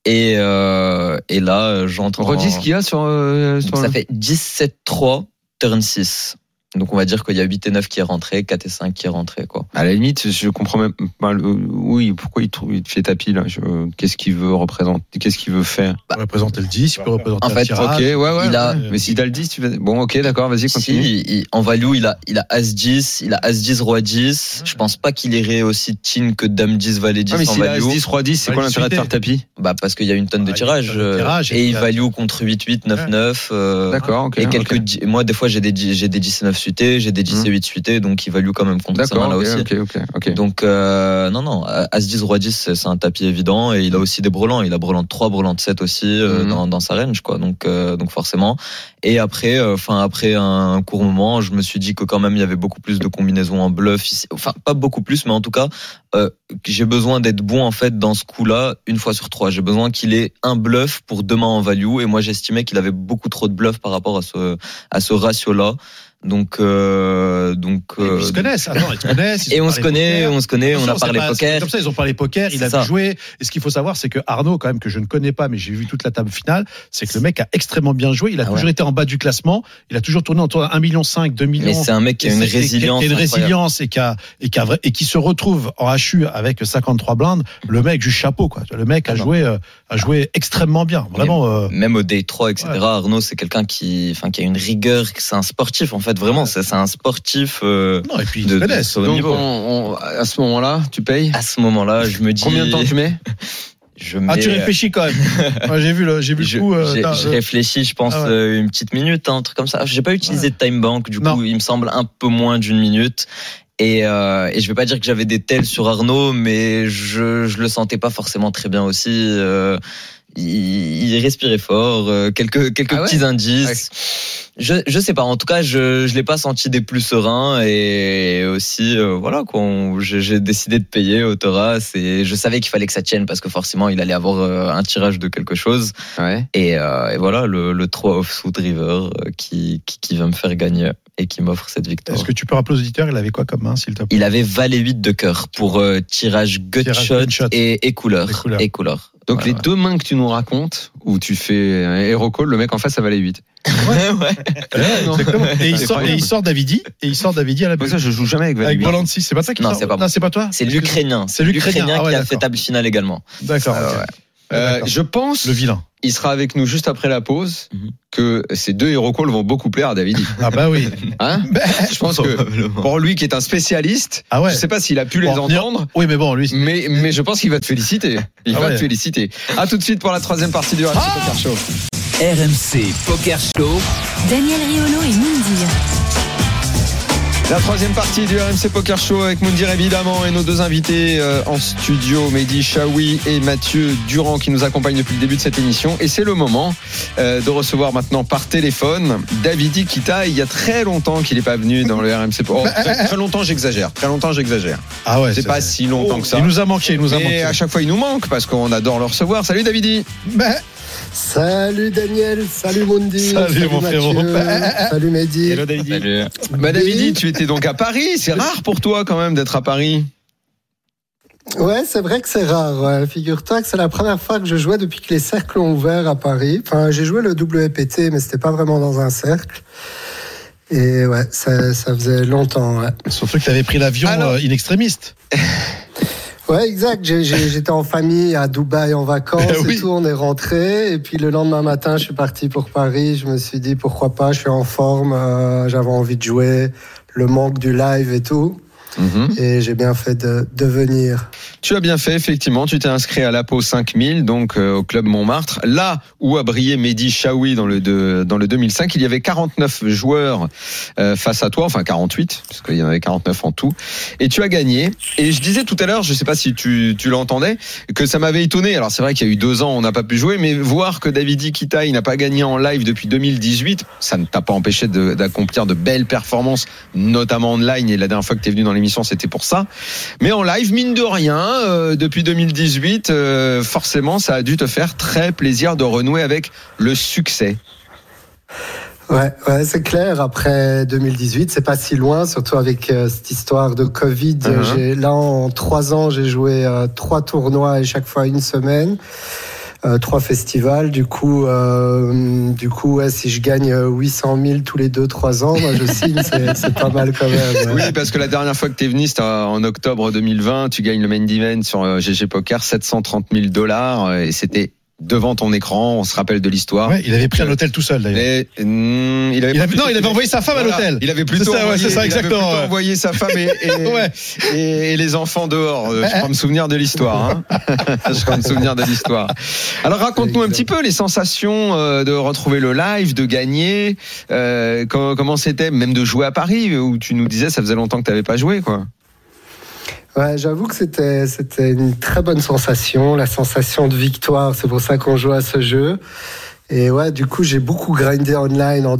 Speaker 5: Et, euh, et là, euh, j'entre.
Speaker 1: Redis
Speaker 5: en-
Speaker 1: ce qu'il y a sur. euh, sur
Speaker 5: Donc, Ça
Speaker 1: le-
Speaker 5: fait 17-3, turn 6. Donc on va dire qu'il y a 8 et 9 qui est rentré, 4 et 5 qui est rentré. Quoi.
Speaker 1: À la limite, je comprends même pas. le- Oui, pourquoi il, trouve, il te fait tapis là Je- Qu'est-ce qu'il veut représenter Qu'est-ce qu'il veut faire Bah,
Speaker 2: Il peut représenter le 10, il peut représenter
Speaker 5: En
Speaker 2: le
Speaker 5: fait,
Speaker 1: Ok,
Speaker 2: tirage.
Speaker 1: ouais, ouais.
Speaker 5: il a-
Speaker 1: Mais si t'as le 10, tu vas. Bon, ok, d'accord, vas-y,
Speaker 5: Si,
Speaker 1: continue.
Speaker 5: il- il- en value, il a, il a As 10, il a As 10, Roi 10. Je pense pas qu'il irait aussi tin que Dame 10, Valet 10
Speaker 1: Ah, mais
Speaker 5: en
Speaker 1: s'il a
Speaker 5: value.
Speaker 1: As-10, Roi-10, c'est
Speaker 2: Bah,
Speaker 1: quoi
Speaker 2: il
Speaker 1: l'intérêt de faire
Speaker 2: suitait.
Speaker 1: tapis
Speaker 5: Bah parce qu'il y a une tonne de
Speaker 2: Ah, il y a une
Speaker 5: tirages
Speaker 2: tonne de
Speaker 5: euh,
Speaker 2: tirages, et
Speaker 5: et
Speaker 2: puis
Speaker 5: il
Speaker 2: là-
Speaker 5: value contre 8 8 9 9 euh,
Speaker 1: D'accord, ok.
Speaker 5: et quelques
Speaker 1: ok.
Speaker 5: di- moi des fois j'ai des di- j'ai des 19 suités, j'ai des 10 et 8 suités, donc il value quand même compter sa main là
Speaker 1: ok,
Speaker 5: aussi.
Speaker 1: ok, ok, ok.
Speaker 5: Donc, euh, non, non, As-10, Roi-10, c'est- c'est un tapis évident. Et il a aussi des brelans. Il a brelan de 3, brelan de 7 aussi euh,
Speaker 1: Mhm.
Speaker 5: dans, dans sa range, quoi. Donc, euh, donc forcément. Et après, euh, enfin, après un court moment, je me suis dit que quand même, il y avait beaucoup plus de combinaisons en bluff. ici. Enfin, pas beaucoup plus, mais en tout cas, euh, j'ai besoin d'être bon, en fait, dans ce coup-là, une fois sur trois. J'ai besoin qu'il ait un bluff pour demain en value. Et moi, j'estimais qu'il avait beaucoup trop de bluffs par rapport à ce, à ce ratio-là. Donc, euh, donc,
Speaker 2: Et puis, Ils
Speaker 5: euh,
Speaker 2: se connaissent, attends, ils se connaissent. ils
Speaker 5: et on
Speaker 2: parlent
Speaker 5: se connaît,
Speaker 2: poker.
Speaker 5: on se connaît,
Speaker 2: Bien
Speaker 5: on
Speaker 2: sûr,
Speaker 5: a
Speaker 2: c'est
Speaker 5: parlé
Speaker 2: pas- c'est
Speaker 5: poker.
Speaker 2: Comme ça, ils ont parlé poker, il
Speaker 5: C'est
Speaker 2: a
Speaker 5: ça.
Speaker 2: vu jouer. Et ce qu'il faut savoir, c'est que Arnaud, quand même, que je ne connais pas, mais j'ai vu toute la table finale, c'est que le mec a extrêmement bien joué. Il a
Speaker 5: Ah
Speaker 2: toujours été en bas du classement. Il a toujours tourné autour de 1,5 million, 2
Speaker 5: Mais
Speaker 2: millions.
Speaker 5: c'est un mec qui a une
Speaker 2: Et c'est- et-
Speaker 5: résilience.
Speaker 2: et une
Speaker 5: incroyable.
Speaker 2: résilience et qui, a- et, qui a vrai- et qui se retrouve en HU avec 53 blindes. Le mec, du chapeau, quoi. Le mec a
Speaker 5: Ah non.
Speaker 2: joué, euh, a joué extrêmement bien. Vraiment. euh,
Speaker 5: Même au day 3, etc.
Speaker 2: Ouais.
Speaker 5: Arnaud, c'est quelqu'un qui, enfin, qui a une rigueur. que C'est un sportif, en fait, vraiment. C'est c'est un sportif. euh,
Speaker 2: non, et puis ils se
Speaker 5: de- de-
Speaker 2: connaissent.
Speaker 5: de-
Speaker 1: Donc,
Speaker 5: niveau.
Speaker 1: on- on- à ce moment-là, tu payes
Speaker 5: à ce moment-là, je me dis.
Speaker 1: Combien de temps tu mets
Speaker 5: je mets,
Speaker 2: Ah, tu réfléchis
Speaker 5: <laughs>
Speaker 2: quand même. Moi, j'ai vu le, j'ai vu
Speaker 5: euh, Je,
Speaker 2: le coup. euh,
Speaker 5: j'ai-
Speaker 2: t'as-
Speaker 5: je réfléchis, je pense,
Speaker 2: Ah ouais.
Speaker 5: euh, une petite minute, hein, un truc comme ça. J'ai pas utilisé de time bank, du
Speaker 2: Non.
Speaker 5: coup, il me semble un peu moins d'une minute. Et, euh, et je vais pas dire que j'avais des tels sur Arnaud, mais je, je le sentais pas forcément très bien aussi. euh, il, il respirait fort, euh, quelques quelques
Speaker 1: Ah ouais
Speaker 5: petits indices. Je je sais pas. En tout cas, je je l'ai pas senti des plus sereins et aussi euh, voilà quoi. on- J'ai j'ai décidé de payer au Thoras et je savais qu'il fallait que ça tienne parce que forcément il allait avoir euh, un tirage de quelque chose
Speaker 1: Ouais.
Speaker 5: et, euh, et voilà le le 3 offsuit river euh, qui, qui qui va me faire gagner et qui m'offre cette victoire.
Speaker 2: Est-ce que tu peux rappeler aux auditeurs, il avait quoi comme main, s'il te plaît
Speaker 5: Il avait valet 8 de cœur pour euh, tirage gut
Speaker 2: Tirage
Speaker 5: shot,
Speaker 2: gut shot.
Speaker 5: et, et couleur
Speaker 2: Et couleur.
Speaker 5: et couleur.
Speaker 1: Donc, les
Speaker 5: Voilà.
Speaker 1: deux mains que tu nous racontes, où tu fais un hero call, le mec en face, ça valait 8.
Speaker 5: Ouais.
Speaker 1: non. <laughs>
Speaker 2: Exactement. Et il
Speaker 1: C'est
Speaker 2: sort, et
Speaker 1: incroyable.
Speaker 2: il sort Davidi, et il sort Davidi à la
Speaker 1: Pour
Speaker 2: bulle.
Speaker 1: ça, je joue jamais avec valet
Speaker 2: Avec
Speaker 1: 8.
Speaker 2: Balanci, c'est pas ça qui
Speaker 5: Non,
Speaker 2: sort
Speaker 5: c'est pas moi.
Speaker 2: Non, c'est pas toi
Speaker 5: C'est l'Ukrainien.
Speaker 2: C'est l'Ukrainien. Ah ouais,
Speaker 5: qui a
Speaker 2: d'accord.
Speaker 5: fait table finale également.
Speaker 2: D'accord.
Speaker 5: Ah
Speaker 2: ok.
Speaker 5: ouais.
Speaker 1: Euh,
Speaker 2: D'accord.
Speaker 1: je pense
Speaker 2: Le vilain.
Speaker 1: il sera avec nous juste après la pause
Speaker 5: Mhm.
Speaker 1: que ces deux hero calls vont beaucoup plaire à David.
Speaker 2: <laughs> Ah bah
Speaker 1: <laughs>
Speaker 2: oui.
Speaker 1: Hein je pense que pour lui qui est un spécialiste,
Speaker 2: Ah ouais.
Speaker 1: je sais pas s'il a pu les
Speaker 2: Pour en venir-
Speaker 1: entendre,
Speaker 2: Oui, mais bon, lui.
Speaker 1: mais, mais je pense qu'il va te féliciter. Il
Speaker 2: Ah
Speaker 1: va
Speaker 2: ouais.
Speaker 1: te féliciter. À tout de suite pour la troisième partie du RMC Poker Show.
Speaker 4: RMC Poker Show.
Speaker 6: Daniel Riolo et Moundir.
Speaker 1: La troisième partie du RMC Poker Show avec Moundir évidemment et nos deux invités euh, en studio, Mehdi Chaoui et Mathieu Durand qui nous accompagnent depuis le début de cette émission. Et c'est le moment euh, de recevoir maintenant par téléphone David Iquita. Il y a très longtemps qu'il n'est pas venu dans le RMC Poker très, très longtemps j'exagère, très longtemps j'exagère.
Speaker 2: Ah Bah, euh, ouais.
Speaker 1: C'est pas si longtemps que ça.
Speaker 2: Il nous a manqué, il nous a
Speaker 1: Et
Speaker 2: manqué.
Speaker 1: à chaque fois il nous manque parce qu'on adore le recevoir. Salut Davidi
Speaker 2: Bah,
Speaker 7: Salut Daniel, salut Mundi,
Speaker 2: Salut, mon frérot. <laughs>
Speaker 7: Mathieu, salut Mehdi.
Speaker 5: Salut.
Speaker 1: Bah Davidi, tu étais donc à Paris, c'est rare pour toi quand même d'être à Paris.
Speaker 7: Ouais, c'est vrai que c'est rare. ouais. Figure-toi que c'est la première fois que je jouais depuis que les cercles ont ouvert à Paris. Enfin, j'ai joué le WPT, mais c'était pas vraiment dans un cercle. Et ouais, ça, ça faisait longtemps. Ouais,
Speaker 2: Surtout que t'avais pris l'avion
Speaker 1: Alors-
Speaker 2: euh, in extrémiste.
Speaker 7: ouais exact. J'ai- j'ai-
Speaker 2: <laughs>
Speaker 7: J'étais en famille à Dubaï en vacances
Speaker 2: Eh oui.
Speaker 7: et tout. On est rentré. Et puis le lendemain matin, je suis parti pour Paris. Je me suis dit pourquoi pas. Je suis en forme. euh, J'avais envie de jouer. Le manque du live et tout. Et j'ai bien fait de, de venir.
Speaker 1: Tu as bien fait, effectivement. Tu t'es inscrit à l'APO 5000, donc euh, au club Montmartre. Là où a brillé Mehdi Chaoui dans le, de- dans le 2005, il y avait 49 joueurs euh, face à toi, enfin 48, parce qu'il y en avait 49 en tout. Et tu as gagné. Et je disais tout à l'heure, je sais pas si tu, tu l'entendais, que ça m'avait étonné. Alors c'est vrai qu'il y a eu deux ans, on n'a pas pu jouer, mais voir que David Iquita, il n'a pas gagné en live depuis 2018, ça ne t'a pas empêché de- d'accomplir de, belles performances, notamment online. Et la dernière fois que tu es venu dans l'émission, c'était pour ça. Mais en live, mine de rien, euh, depuis 2018, euh, forcément, ça a dû te faire très plaisir de renouer avec le succès.
Speaker 7: Ouais, ouais, c'est clair. Après 2018, c'est pas si loin, surtout avec euh, cette histoire de Covid.
Speaker 1: Mhm.
Speaker 7: J'ai- Là, en trois ans, j'ai joué euh, trois tournois et chaque fois une semaine, euh, trois festivals. Du coup, euh, du coup, ouais, si je gagne euh, 800 000 tous les deux trois ans, moi je signe. c'est- c'est pas mal quand même.
Speaker 1: Oui, parce que la dernière fois que t'es venu, c'était en octobre 2020. Tu gagnes le main event sur euh, GG Poker, 730 000 dollars, et c'était devant ton écran. On se rappelle de l'histoire.
Speaker 2: Ouais, il avait pris un hôtel tout seul d'ailleurs.
Speaker 1: Et, mm, il avait
Speaker 2: Il
Speaker 1: pas
Speaker 2: avait-
Speaker 1: plutôt-
Speaker 2: non, il avait envoyé sa femme à
Speaker 1: Voilà,
Speaker 2: l'hôtel.
Speaker 1: Il avait plutôt
Speaker 2: C'est ça, ouais,
Speaker 1: envoyé,
Speaker 2: c'est ça,
Speaker 1: il avait
Speaker 2: exactement,
Speaker 1: plutôt
Speaker 2: ouais.
Speaker 1: envoyé sa femme et, et-
Speaker 2: Ouais.
Speaker 1: et- et les enfants dehors. euh, Je crois me souvenir de l'histoire. hein. je crois me souvenir de l'histoire. Alors raconte-nous un petit peu les sensations euh, de retrouver le live, de gagner. euh, comment comment c'était, même de jouer à Paris où tu nous disais ça faisait longtemps que tu n'avais pas joué quoi.
Speaker 7: Ouais, j'avoue que c'était c'était une très bonne sensation, la sensation de victoire. C'est pour ça qu'on joue à ce jeu. Et ouais, du coup, j'ai beaucoup grindé online en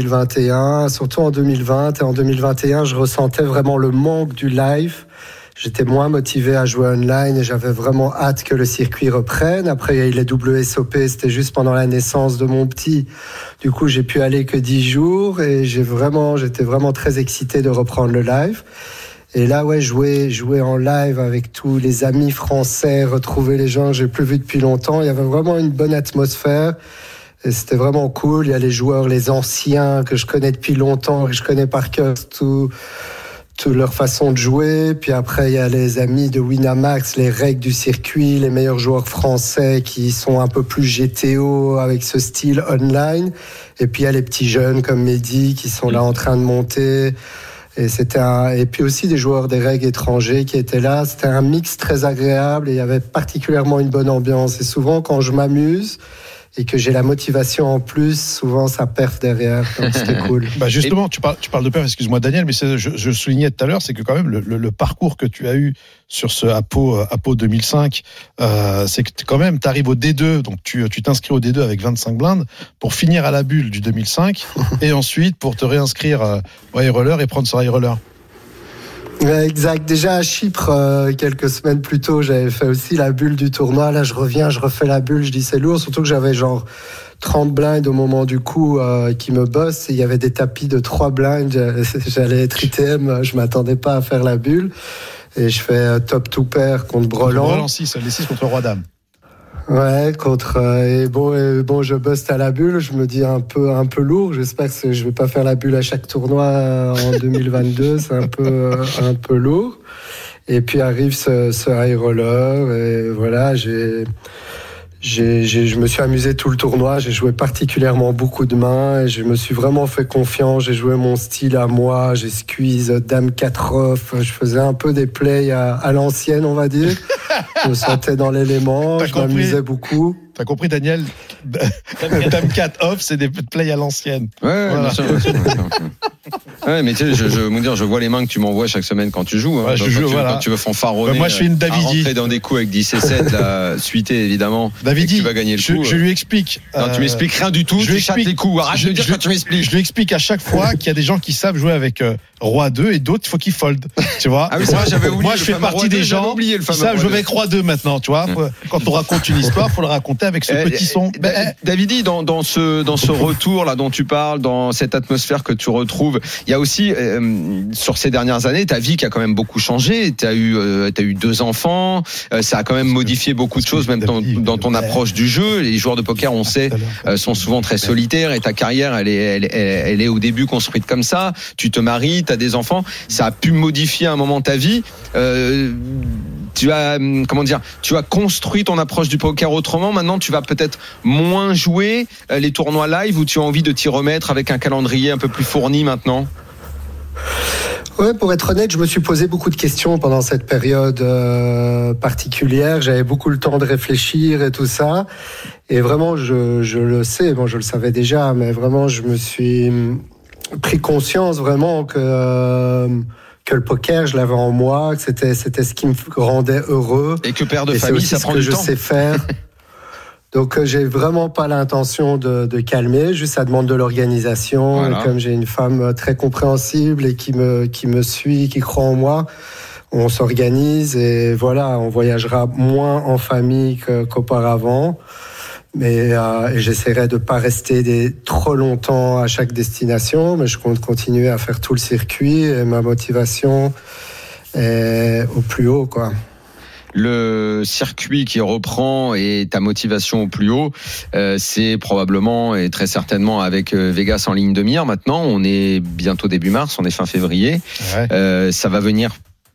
Speaker 7: 2020-2021, surtout en 2020 et en 2021, je ressentais vraiment le manque du live. J'étais moins motivé à jouer online et j'avais vraiment hâte que le circuit reprenne. Après, il y a eu les WSOP, c'était juste pendant la naissance de mon petit. Du coup, j'ai pu aller que 10 jours et j'ai vraiment, j'étais vraiment très excité de reprendre le live. Et là, ouais, jouer, jouer en live avec tous les amis français, retrouver les gens que j'ai plus vus depuis longtemps. Il y avait vraiment une bonne atmosphère. Et c'était vraiment cool. Il y a les joueurs, les anciens que je connais depuis longtemps, que je connais par cœur, tout, toute leur façon de jouer. Puis après, il y a les amis de Winamax, les règles du circuit, les meilleurs joueurs français qui sont un peu plus GTO avec ce style online. Et puis il y a les petits jeunes comme Mehdi qui sont là en train de monter. Et c'était un- et puis aussi des joueurs des règles étrangers qui étaient là. C'était un mix très agréable et il y avait particulièrement une bonne ambiance. Et souvent quand je m'amuse et que j'ai la motivation en plus, souvent ça perf derrière. Donc c'était cool.
Speaker 2: Bah justement, tu parles, tu parles de père, excuse-moi Daniel, mais c'est- je, je soulignais tout à l'heure, c'est que quand même le, le- le parcours que tu as eu sur ce APO, euh, APO 2005, euh, c'est que t- quand même tu arrives au D2, donc tu tu t'inscris au D2 avec 25 blindes pour finir à la bulle du 2005 et ensuite pour te réinscrire euh, au high roller et prendre ce high roller.
Speaker 7: Ouais, exact. Déjà à Chypre, euh, quelques semaines plus tôt, j'avais fait aussi la bulle du tournoi. Là, je reviens, je refais la bulle. Je dis c'est lourd, surtout que j'avais genre 30 blindes au moment du coup euh, qui me bosse. Il y avait des tapis de 3 blindes. <laughs> Euh, J'allais être ITM, euh, je m'attendais pas à faire la bulle. Et je fais euh, top two pair contre Broland.
Speaker 2: 6, les 6 contre Roi Dame.
Speaker 7: Ouais, contre euh, et bon, et bon, je buste à la bulle. Je me dis un peu, un peu lourd. J'espère que c'est- je vais pas faire la bulle à chaque tournoi euh, en 2022. C'est un peu, euh, un peu lourd. Et puis arrive ce, ce high roller. Et voilà, j'ai, j'ai, j'ai- je me suis amusé tout le tournoi. J'ai joué particulièrement beaucoup de mains. Et je me suis vraiment fait confiance. J'ai joué mon style à moi. J'ai squeeze euh, dame 4 off. Je faisais un peu des plays à, à l'ancienne, on va
Speaker 2: <laughs>
Speaker 7: dire. Je me sentais dans l'élément.
Speaker 2: T'as
Speaker 7: Je
Speaker 2: compris.
Speaker 7: m'amusais beaucoup.
Speaker 2: T'as compris Daniel <laughs> Dame 4 off, c'est des plays à l'ancienne.
Speaker 1: Ouais, ouais,
Speaker 2: Voilà.
Speaker 1: bien sûr, bien sûr,
Speaker 2: <laughs>
Speaker 1: bien sûr. Ouais, mais tu sais, je, je, comment dire, je vois les mains que tu m'envoies chaque semaine quand tu joues. hein.
Speaker 2: Ouais, je
Speaker 1: quand,
Speaker 2: joue,
Speaker 1: tu,
Speaker 2: voilà.
Speaker 1: quand tu veux fanfaronner.
Speaker 2: Ouais, moi, je suis une
Speaker 1: euh, à
Speaker 2: Davidi.
Speaker 1: rentrer dans des coups avec 10 et 7, là, suité évidemment.
Speaker 2: David
Speaker 1: et que
Speaker 2: dit,
Speaker 1: tu vas gagner le
Speaker 2: je,
Speaker 1: coup.
Speaker 2: je lui explique.
Speaker 1: Non, tu
Speaker 2: euh,
Speaker 1: m'expliques rien du tout.
Speaker 2: je
Speaker 1: tu chattes
Speaker 2: explique-
Speaker 1: les coups. Arrête
Speaker 2: je-
Speaker 1: de dire
Speaker 2: je-
Speaker 1: quand tu m'expliques.
Speaker 2: Je lui explique à chaque fois qu'il y a des gens qui savent jouer avec euh, Roi 2 et d'autres, il faut qu'ils fold. Tu vois
Speaker 1: Ah oui, c'est vrai, j'avais oublié
Speaker 2: Moi,
Speaker 1: le
Speaker 2: je fais
Speaker 1: fameux Roi
Speaker 2: partie
Speaker 1: 2,
Speaker 2: des
Speaker 1: j'avais
Speaker 2: gens
Speaker 1: oublié le
Speaker 2: qui
Speaker 1: fameux
Speaker 2: savent
Speaker 1: Roi
Speaker 2: jouer
Speaker 1: 2.
Speaker 2: avec Roi 2 maintenant, tu vois. Faut- Quand on raconte une histoire, faut le raconter avec ce
Speaker 1: Eh,
Speaker 2: petit
Speaker 1: eh,
Speaker 2: son.
Speaker 1: eh,
Speaker 2: Ben, eh,
Speaker 1: Davidi, dans, dans ce dans ce retour là dont tu parles, dans cette atmosphère que tu retrouves, il y a aussi euh, sur ces dernières années ta vie qui a quand même beaucoup changé. Tu as eu euh, t'as eu deux enfants, euh, ça a quand même modifié beaucoup de
Speaker 2: parce que
Speaker 1: choses, même dans,
Speaker 2: Davidi,
Speaker 1: dans ton
Speaker 2: ouais. Ah,
Speaker 1: approche du jeu. Les joueurs de poker, on sait, euh, sont souvent très solitaires et ta carrière, elle est, elle, elle- elle est au début construite comme ça. Tu te maries, tu as des enfants, ça a pu modifier à un moment ta vie. Euh, tu as, hum, comment dire, tu as construit ton approche du poker autrement. Maintenant, tu vas peut-être moins jouer euh, les tournois live où tu as envie de t'y remettre avec un calendrier un peu plus fourni maintenant.
Speaker 7: Ouais, pour être honnête, je me suis posé beaucoup de questions pendant cette période euh, particulière. J'avais beaucoup le temps de réfléchir et tout ça. Et vraiment, je, je le sais, bon, je le savais déjà, mais vraiment, je me suis hum, pris conscience vraiment que, euh, que le poker, je l'avais en moi, que c'était, c'était ce qui me rendait heureux.
Speaker 1: Et que père de
Speaker 7: Et c'est
Speaker 1: famille,
Speaker 7: aussi
Speaker 1: ça
Speaker 7: ce
Speaker 1: prend
Speaker 7: que
Speaker 1: du
Speaker 7: je
Speaker 1: temps. <laughs>
Speaker 7: sais faire. Donc euh, j'ai vraiment pas l'intention de, de calmer, juste ça demande de l'organisation.
Speaker 1: Voilà.
Speaker 7: Et Comme j'ai une femme euh, très compréhensible et qui me qui me suit, qui croit en moi, on s'organise et voilà, on voyagera moins en famille que- qu'auparavant. Mais euh, et j'essaierai de pas rester des, trop longtemps à chaque destination, mais je compte continuer à faire tout le circuit et ma motivation est au plus haut quoi.
Speaker 1: le circuit qui reprend et ta motivation au plus haut, euh, c'est probablement et très certainement avec euh, Vegas en ligne de mire. Maintenant, on est bientôt début mars, on est fin février.
Speaker 2: Ouais.
Speaker 1: Euh, ça va venir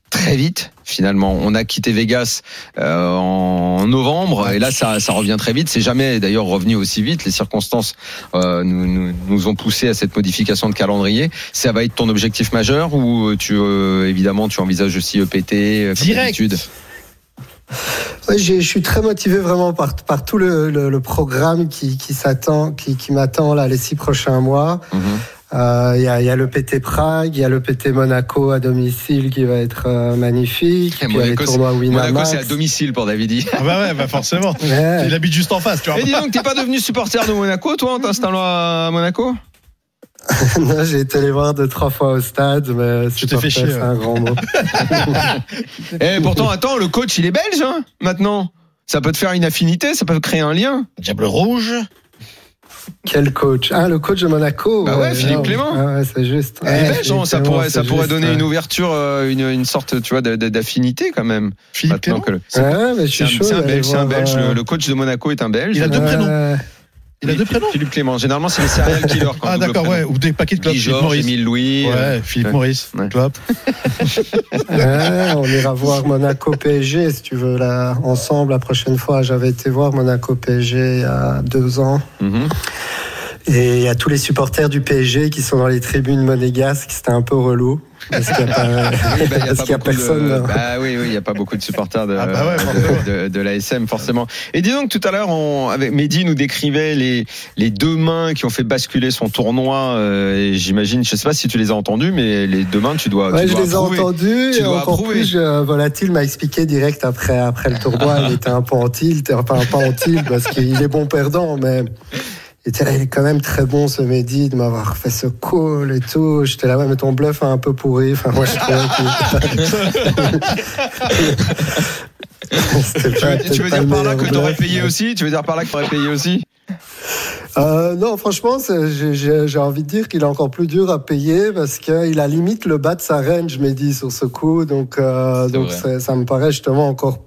Speaker 1: très vite finalement. On a quitté Vegas euh, en novembre et là ça, ça revient très vite. C'est jamais d'ailleurs revenu aussi vite. Les circonstances euh, nous, nous, nous ont poussé à cette modification de calendrier. Ça va être ton objectif majeur ou tu euh, évidemment tu envisages aussi EPT euh, comme
Speaker 8: Direct.
Speaker 1: d'habitude
Speaker 7: Ouais, j'ai- je suis très motivé vraiment par, par tout le, le- le programme qui, qui s'attend, qui, qui m'attend là les six prochains mois.
Speaker 1: Mhm.
Speaker 7: Euh, Il y, a, il y a le PT Prague, il y a le PT Monaco à domicile qui va être euh, magnifique.
Speaker 1: Et
Speaker 7: Puis il y a les
Speaker 1: Monaco,
Speaker 7: tournois
Speaker 1: Monaco
Speaker 7: Winamax.
Speaker 1: c'est à domicile pour Davidi.
Speaker 2: Ah bah ouais, bah forcément.
Speaker 7: Ouais.
Speaker 2: Il habite juste en face, tu vois.
Speaker 1: Et dis donc t'es pas devenu supporter de Monaco toi en t'installant à Monaco
Speaker 7: <laughs> Non, J'ai été les voir deux, trois fois au stade, mais
Speaker 2: Tu t'es fait
Speaker 7: supporter,
Speaker 2: chier, hein.
Speaker 7: c'est un
Speaker 2: <laughs>
Speaker 7: grand mot.
Speaker 1: Et pourtant attends le coach il est belge hein, maintenant. Ça peut te faire une affinité, ça peut créer un lien.
Speaker 3: Diable rouge.
Speaker 7: Quel coach Ah, le coach de Monaco
Speaker 1: Bah ouais, Philippe
Speaker 7: non.
Speaker 1: Clément.
Speaker 7: Ah ouais, c'est juste.
Speaker 1: Eh
Speaker 7: Ouais,
Speaker 1: ben, Jean,
Speaker 7: Philippe
Speaker 1: ça
Speaker 7: Clément,
Speaker 1: pourrait, ça
Speaker 7: c'est
Speaker 1: pourrait
Speaker 7: juste,
Speaker 1: donner
Speaker 7: ouais.
Speaker 1: une ouverture, euh, une, une sorte, tu vois, de- de- d'affinité quand même.
Speaker 2: Philippe
Speaker 1: Maintenant
Speaker 2: Clément.
Speaker 1: que le-
Speaker 7: Ouais, ouais, mais je
Speaker 1: c'est
Speaker 7: suis
Speaker 1: un,
Speaker 7: chaud.
Speaker 1: c'est un
Speaker 7: d'aller
Speaker 1: Belge, c'est un
Speaker 7: voir,
Speaker 1: Belge.
Speaker 7: euh,
Speaker 1: Le, le coach de Monaco est un Belge.
Speaker 2: Il a deux
Speaker 7: ouais.
Speaker 2: prénoms. Il a deux prénoms.
Speaker 1: Philippe Clément. Généralement, c'est les serial killers. Quand
Speaker 2: Ah d'accord, ouais. Ou des paquets de clubs. Philippe
Speaker 1: Georges,
Speaker 2: Maurice.
Speaker 1: Émile Louis. euh,
Speaker 2: Ouais, Philippe
Speaker 1: Ouais.
Speaker 2: Maurice.
Speaker 1: Ouais.
Speaker 2: Club.
Speaker 7: Ouais, on ira voir Monaco PSG si tu veux là ensemble la prochaine fois. J'avais été voir Monaco PSG il y a deux ans
Speaker 1: mhm.
Speaker 7: et il y a tous les supporters du PSG qui sont dans les tribunes monégasques. C'était un peu relou parce qu'il n'y a, pas-
Speaker 1: <laughs> Oui, bah, y a
Speaker 7: parce
Speaker 1: pas
Speaker 7: qu'il y a
Speaker 1: beaucoup de-
Speaker 7: personne. là.
Speaker 1: Bah oui, oui, il n'y a pas beaucoup de supporters de,
Speaker 2: Ah bah ouais,
Speaker 1: de-
Speaker 2: forcément.
Speaker 1: de, de l'ASM, forcément. Et dis donc, tout à l'heure, on- avec Mehdi nous décrivait les, les deux mains qui ont fait basculer son tournoi. euh, et J'imagine, je sais pas si tu les as entendus, mais les deux mains, tu dois.
Speaker 7: Ouais,
Speaker 1: tu
Speaker 7: je
Speaker 1: dois
Speaker 7: les ai
Speaker 1: approuver.
Speaker 7: entendus.
Speaker 1: Tu
Speaker 7: et
Speaker 1: dois
Speaker 7: encore
Speaker 1: approuver.
Speaker 7: plus, euh, Volatile m'a expliqué direct après, après
Speaker 1: <laughs>
Speaker 7: le tournoi. il était un peu en tilt, enfin pas en tilt parce qu'il est bon perdant, mais il était là, il est quand même très bon ce Mehdi de m'avoir fait ce call et tout. J'étais là, ouais, mais ton bluff est un peu pourri. Enfin, moi, je trouvais
Speaker 1: <laughs>
Speaker 7: qu'il- <laughs> C'était
Speaker 1: Tu
Speaker 7: pas-
Speaker 1: veux, tu veux
Speaker 7: peut-être pas
Speaker 1: dire
Speaker 7: le
Speaker 1: par là que
Speaker 7: meilleur
Speaker 1: t'aurais
Speaker 7: bluff,
Speaker 1: payé
Speaker 7: mais-
Speaker 1: aussi Tu veux dire par là que t'aurais payé aussi
Speaker 7: Euh, non, franchement, c'est- j'ai- j'ai j'ai envie de dire qu'il est encore plus dur à payer parce qu'il a limite le bas de sa range, Mehdi, sur ce coup. Donc, euh,
Speaker 5: C'est
Speaker 7: donc
Speaker 5: vrai.
Speaker 7: c'est- ça me paraît justement encore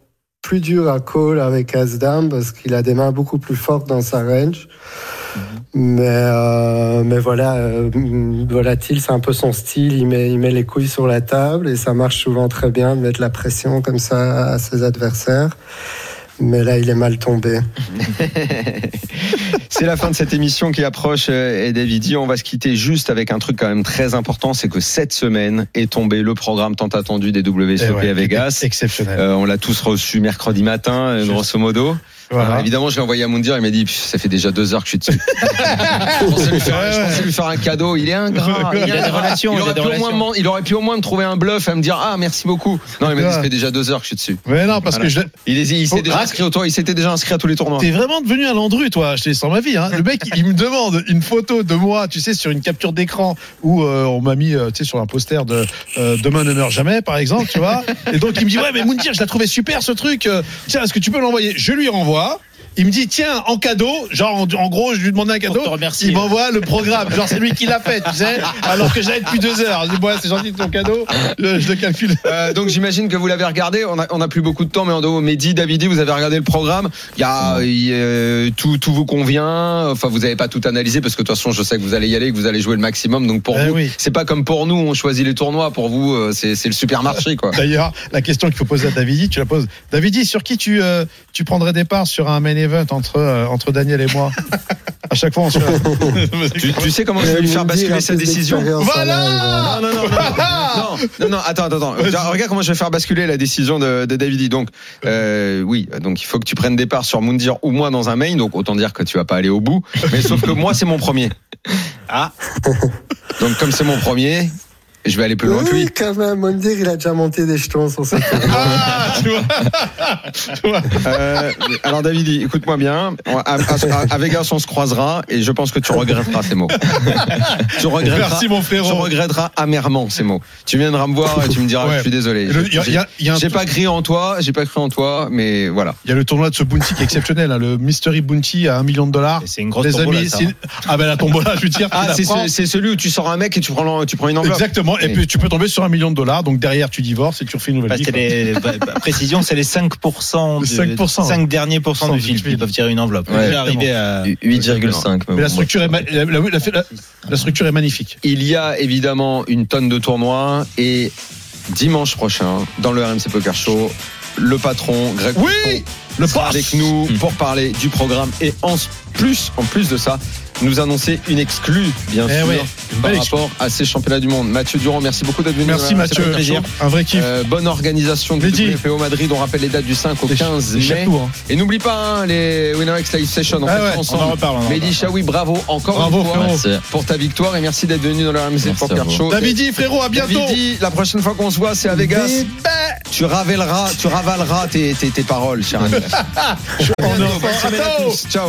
Speaker 7: plus dur à call avec Asdam parce qu'il a des mains beaucoup plus fortes dans sa range.
Speaker 5: Mhm.
Speaker 7: Mais, euh, mais voilà, euh, volatile, c'est un peu son style. Il met, il met les couilles sur la table et ça marche souvent très bien de mettre la pression comme ça à ses adversaires. Mais là, il est mal tombé.
Speaker 1: C'est la fin de cette émission qui approche euh, et David dit on va se quitter juste avec un truc quand même très important, c'est que cette semaine est tombé le programme tant attendu des
Speaker 2: Eh
Speaker 1: WSOP
Speaker 2: ouais,
Speaker 1: à Vegas.
Speaker 2: Exceptionnel.
Speaker 1: Euh, on l'a tous reçu mercredi matin, euh,
Speaker 2: Juste. Ah.
Speaker 1: grosso modo. Alors,
Speaker 2: Voilà.
Speaker 1: évidemment, je l'ai envoyé à Moundir, il m'a dit Pff, ça fait déjà deux heures que je suis dessus. je pensais lui faire, je
Speaker 2: Ouais, ouais.
Speaker 1: pensais lui faire un cadeau, il est ingrat.
Speaker 2: Il a des
Speaker 1: ingrat.
Speaker 3: relations,
Speaker 1: il
Speaker 3: il a
Speaker 1: aurait,
Speaker 3: des
Speaker 1: pu au moins,
Speaker 3: relations.
Speaker 1: m'en- il aurait pu au moins me trouver un bluff à me dire ah merci beaucoup. Non, il m'a dit ça fait déjà deux heures que je suis dessus.
Speaker 2: Mais non, parce que je.
Speaker 1: Il, est- il s'est
Speaker 2: Oh,
Speaker 1: déjà
Speaker 2: grâce-
Speaker 1: inscrit au tour, il s'était déjà inscrit à tous les tournois.
Speaker 2: T'es vraiment devenu un landru, toi. Je te sens ma vie. Hein. Le mec, il me demande une photo de moi, tu sais, sur une capture d'écran où euh, on m'a mis, euh, tu sais, sur un poster de euh, Demain ne meurt jamais, par exemple, tu vois. Et donc, il me dit, ouais, mais Mounir, je l'ai trouvé super ce truc. Euh, tiens, est-ce que tu peux l'envoyer Je lui renvoie. Il me dit, tiens, en cadeau, genre, en, en gros, je lui demandais un cadeau.
Speaker 3: Pour te remercier.
Speaker 2: Il m'envoie le programme. Genre, c'est lui qui l'a fait, tu sais. Alors que j'avais depuis deux heures. Je dis, ouais, c'est gentil de ton cadeau. Je, je le calcule.
Speaker 1: Euh, donc j'imagine que vous l'avez regardé. On a, on a plus beaucoup de temps, mais en dos, Mehdi, Davidi, vous avez regardé le programme. Il y a, il, euh, tout, tout vous convient. Enfin, vous n'avez pas tout analysé parce que de toute façon, je sais que vous allez y aller, que vous allez jouer le maximum. Donc pour
Speaker 2: Eh
Speaker 1: vous,
Speaker 2: oui.
Speaker 1: c'est pas comme pour nous, on choisit les tournois. Pour vous, euh, c'est c'est le supermarché,
Speaker 2: <laughs>
Speaker 1: quoi.
Speaker 2: D'ailleurs, la question qu'il faut poser à Davidi, tu la poses. Davidi, sur qui tu, euh, tu prendrais départ sur un main event entre, euh, entre Daniel et moi À chaque fois, on se
Speaker 1: tu, tu sais comment je
Speaker 7: Euh,
Speaker 1: vais lui
Speaker 7: vous
Speaker 1: faire
Speaker 7: me dire un
Speaker 1: basculer
Speaker 7: peu
Speaker 1: sa décision
Speaker 7: d'expérience en hein. live,
Speaker 2: Voilà
Speaker 1: non, non, non, non, non, non, non, attends, attends, attends. Regarde comment je vais faire basculer la décision de, de Davidi. Donc, euh, oui, donc il faut que tu prennes départ sur Moundir ou moi dans un main, donc autant dire que tu vas pas aller au bout. Mais sauf que moi, c'est mon
Speaker 2: <laughs>
Speaker 1: premier. Ah. Donc, comme c'est mon premier, je vais aller plus loin que
Speaker 7: Oui,
Speaker 1: lui.
Speaker 7: quand même, on dire, il a déjà monté des jetons sur cette
Speaker 2: <laughs> Ah, tu vois
Speaker 1: Euh, alors, Davidi, écoute-moi bien. À, à- à Vegas, on se croisera et je pense que tu regretteras ces mots. Tu regretteras.
Speaker 2: Merci, mon
Speaker 1: Tu
Speaker 2: frérot.
Speaker 1: regretteras amèrement ces mots. Tu viendras me voir et tu me diras
Speaker 2: Ouais.
Speaker 1: je suis désolé.
Speaker 2: Le- Il y, a- il y a- il y a un-
Speaker 1: J'ai pas crié en toi, j'ai pas cru en toi, mais voilà.
Speaker 2: il y a le tournoi de ce bounty qui est exceptionnel, hein, le Mystery Bounty à un million de dollars.
Speaker 3: Et C'est une grosse
Speaker 2: Ah. Les
Speaker 3: tombola,
Speaker 2: amis,
Speaker 3: ça. hein.
Speaker 2: c'est une- ah ben la tombola, je veux dire. tu
Speaker 1: hein. Ah,
Speaker 2: la
Speaker 1: c'est
Speaker 2: prends.
Speaker 1: ce- c'est celui où tu sors un mec et tu prends, l'en- tu prends une enveloppe.
Speaker 2: Exactement. Et
Speaker 1: Oui.
Speaker 2: puis tu peux tomber sur un million de dollars. Donc derrière, tu divorces et tu refais une nouvelle
Speaker 3: Parce
Speaker 2: vie.
Speaker 3: que
Speaker 2: quoi.
Speaker 3: les- bah, bah, précision, c'est les 5%,
Speaker 2: Les
Speaker 3: de-
Speaker 2: 5%,
Speaker 3: 5 derniers pourcents du
Speaker 2: du
Speaker 3: film
Speaker 2: film.
Speaker 3: qui peuvent tirer une enveloppe.
Speaker 5: Ouais,
Speaker 3: On est déjà arrivé à
Speaker 5: 8,5.
Speaker 2: Mais la structure est ma- la- la- la- la- la structure est magnifique.
Speaker 1: Il y a évidemment une tonne de tournois et dimanche prochain dans le RMC Poker Show. Le patron, Greg
Speaker 2: Oui, le
Speaker 1: sera
Speaker 2: boss. Hmm.
Speaker 1: avec nous pour parler du programme et en s- plus, en plus de ça, nous annoncer une exclue, bien
Speaker 2: Eh
Speaker 1: sûr,
Speaker 2: ouais, une
Speaker 1: par
Speaker 2: belle exclue.
Speaker 1: rapport à ces championnats du monde. Mathieu Durand, merci beaucoup d'être venu. euh,
Speaker 2: Merci
Speaker 1: C'est
Speaker 2: Mathieu,
Speaker 1: un plaisir.
Speaker 2: un vrai kiff.
Speaker 1: Euh, bonne organisation du
Speaker 2: Mehdi.
Speaker 1: WPO Madrid. On rappelle les dates du 5 au
Speaker 2: Des-
Speaker 1: 15
Speaker 2: des
Speaker 1: Euh, mai.
Speaker 2: chapeaux, hein.
Speaker 1: Et n'oublie pas hein, les Winamax Live Session. On
Speaker 2: Ah
Speaker 1: fait
Speaker 2: ouais,
Speaker 1: ça
Speaker 2: on en
Speaker 1: ensemble.
Speaker 2: reparle, on en
Speaker 1: Mehdi
Speaker 2: reparle.
Speaker 1: Chaoui, bravo encore
Speaker 2: Bravo,
Speaker 1: une fois
Speaker 2: frérot.
Speaker 5: Merci.
Speaker 1: pour ta victoire et merci d'être venu dans le RMC
Speaker 5: Merci à
Speaker 1: Poker
Speaker 5: vous.
Speaker 1: Show.
Speaker 2: Davidi, frérot, à bientôt.
Speaker 1: Davidi, la prochaine fois qu'on se voit, c'est à Vegas.
Speaker 2: Des
Speaker 1: Tu ravaleras, tu ravaleras tes, tes, tes paroles, cher ami.
Speaker 2: En or.
Speaker 1: À
Speaker 2: Oh.
Speaker 1: tous. Ciao.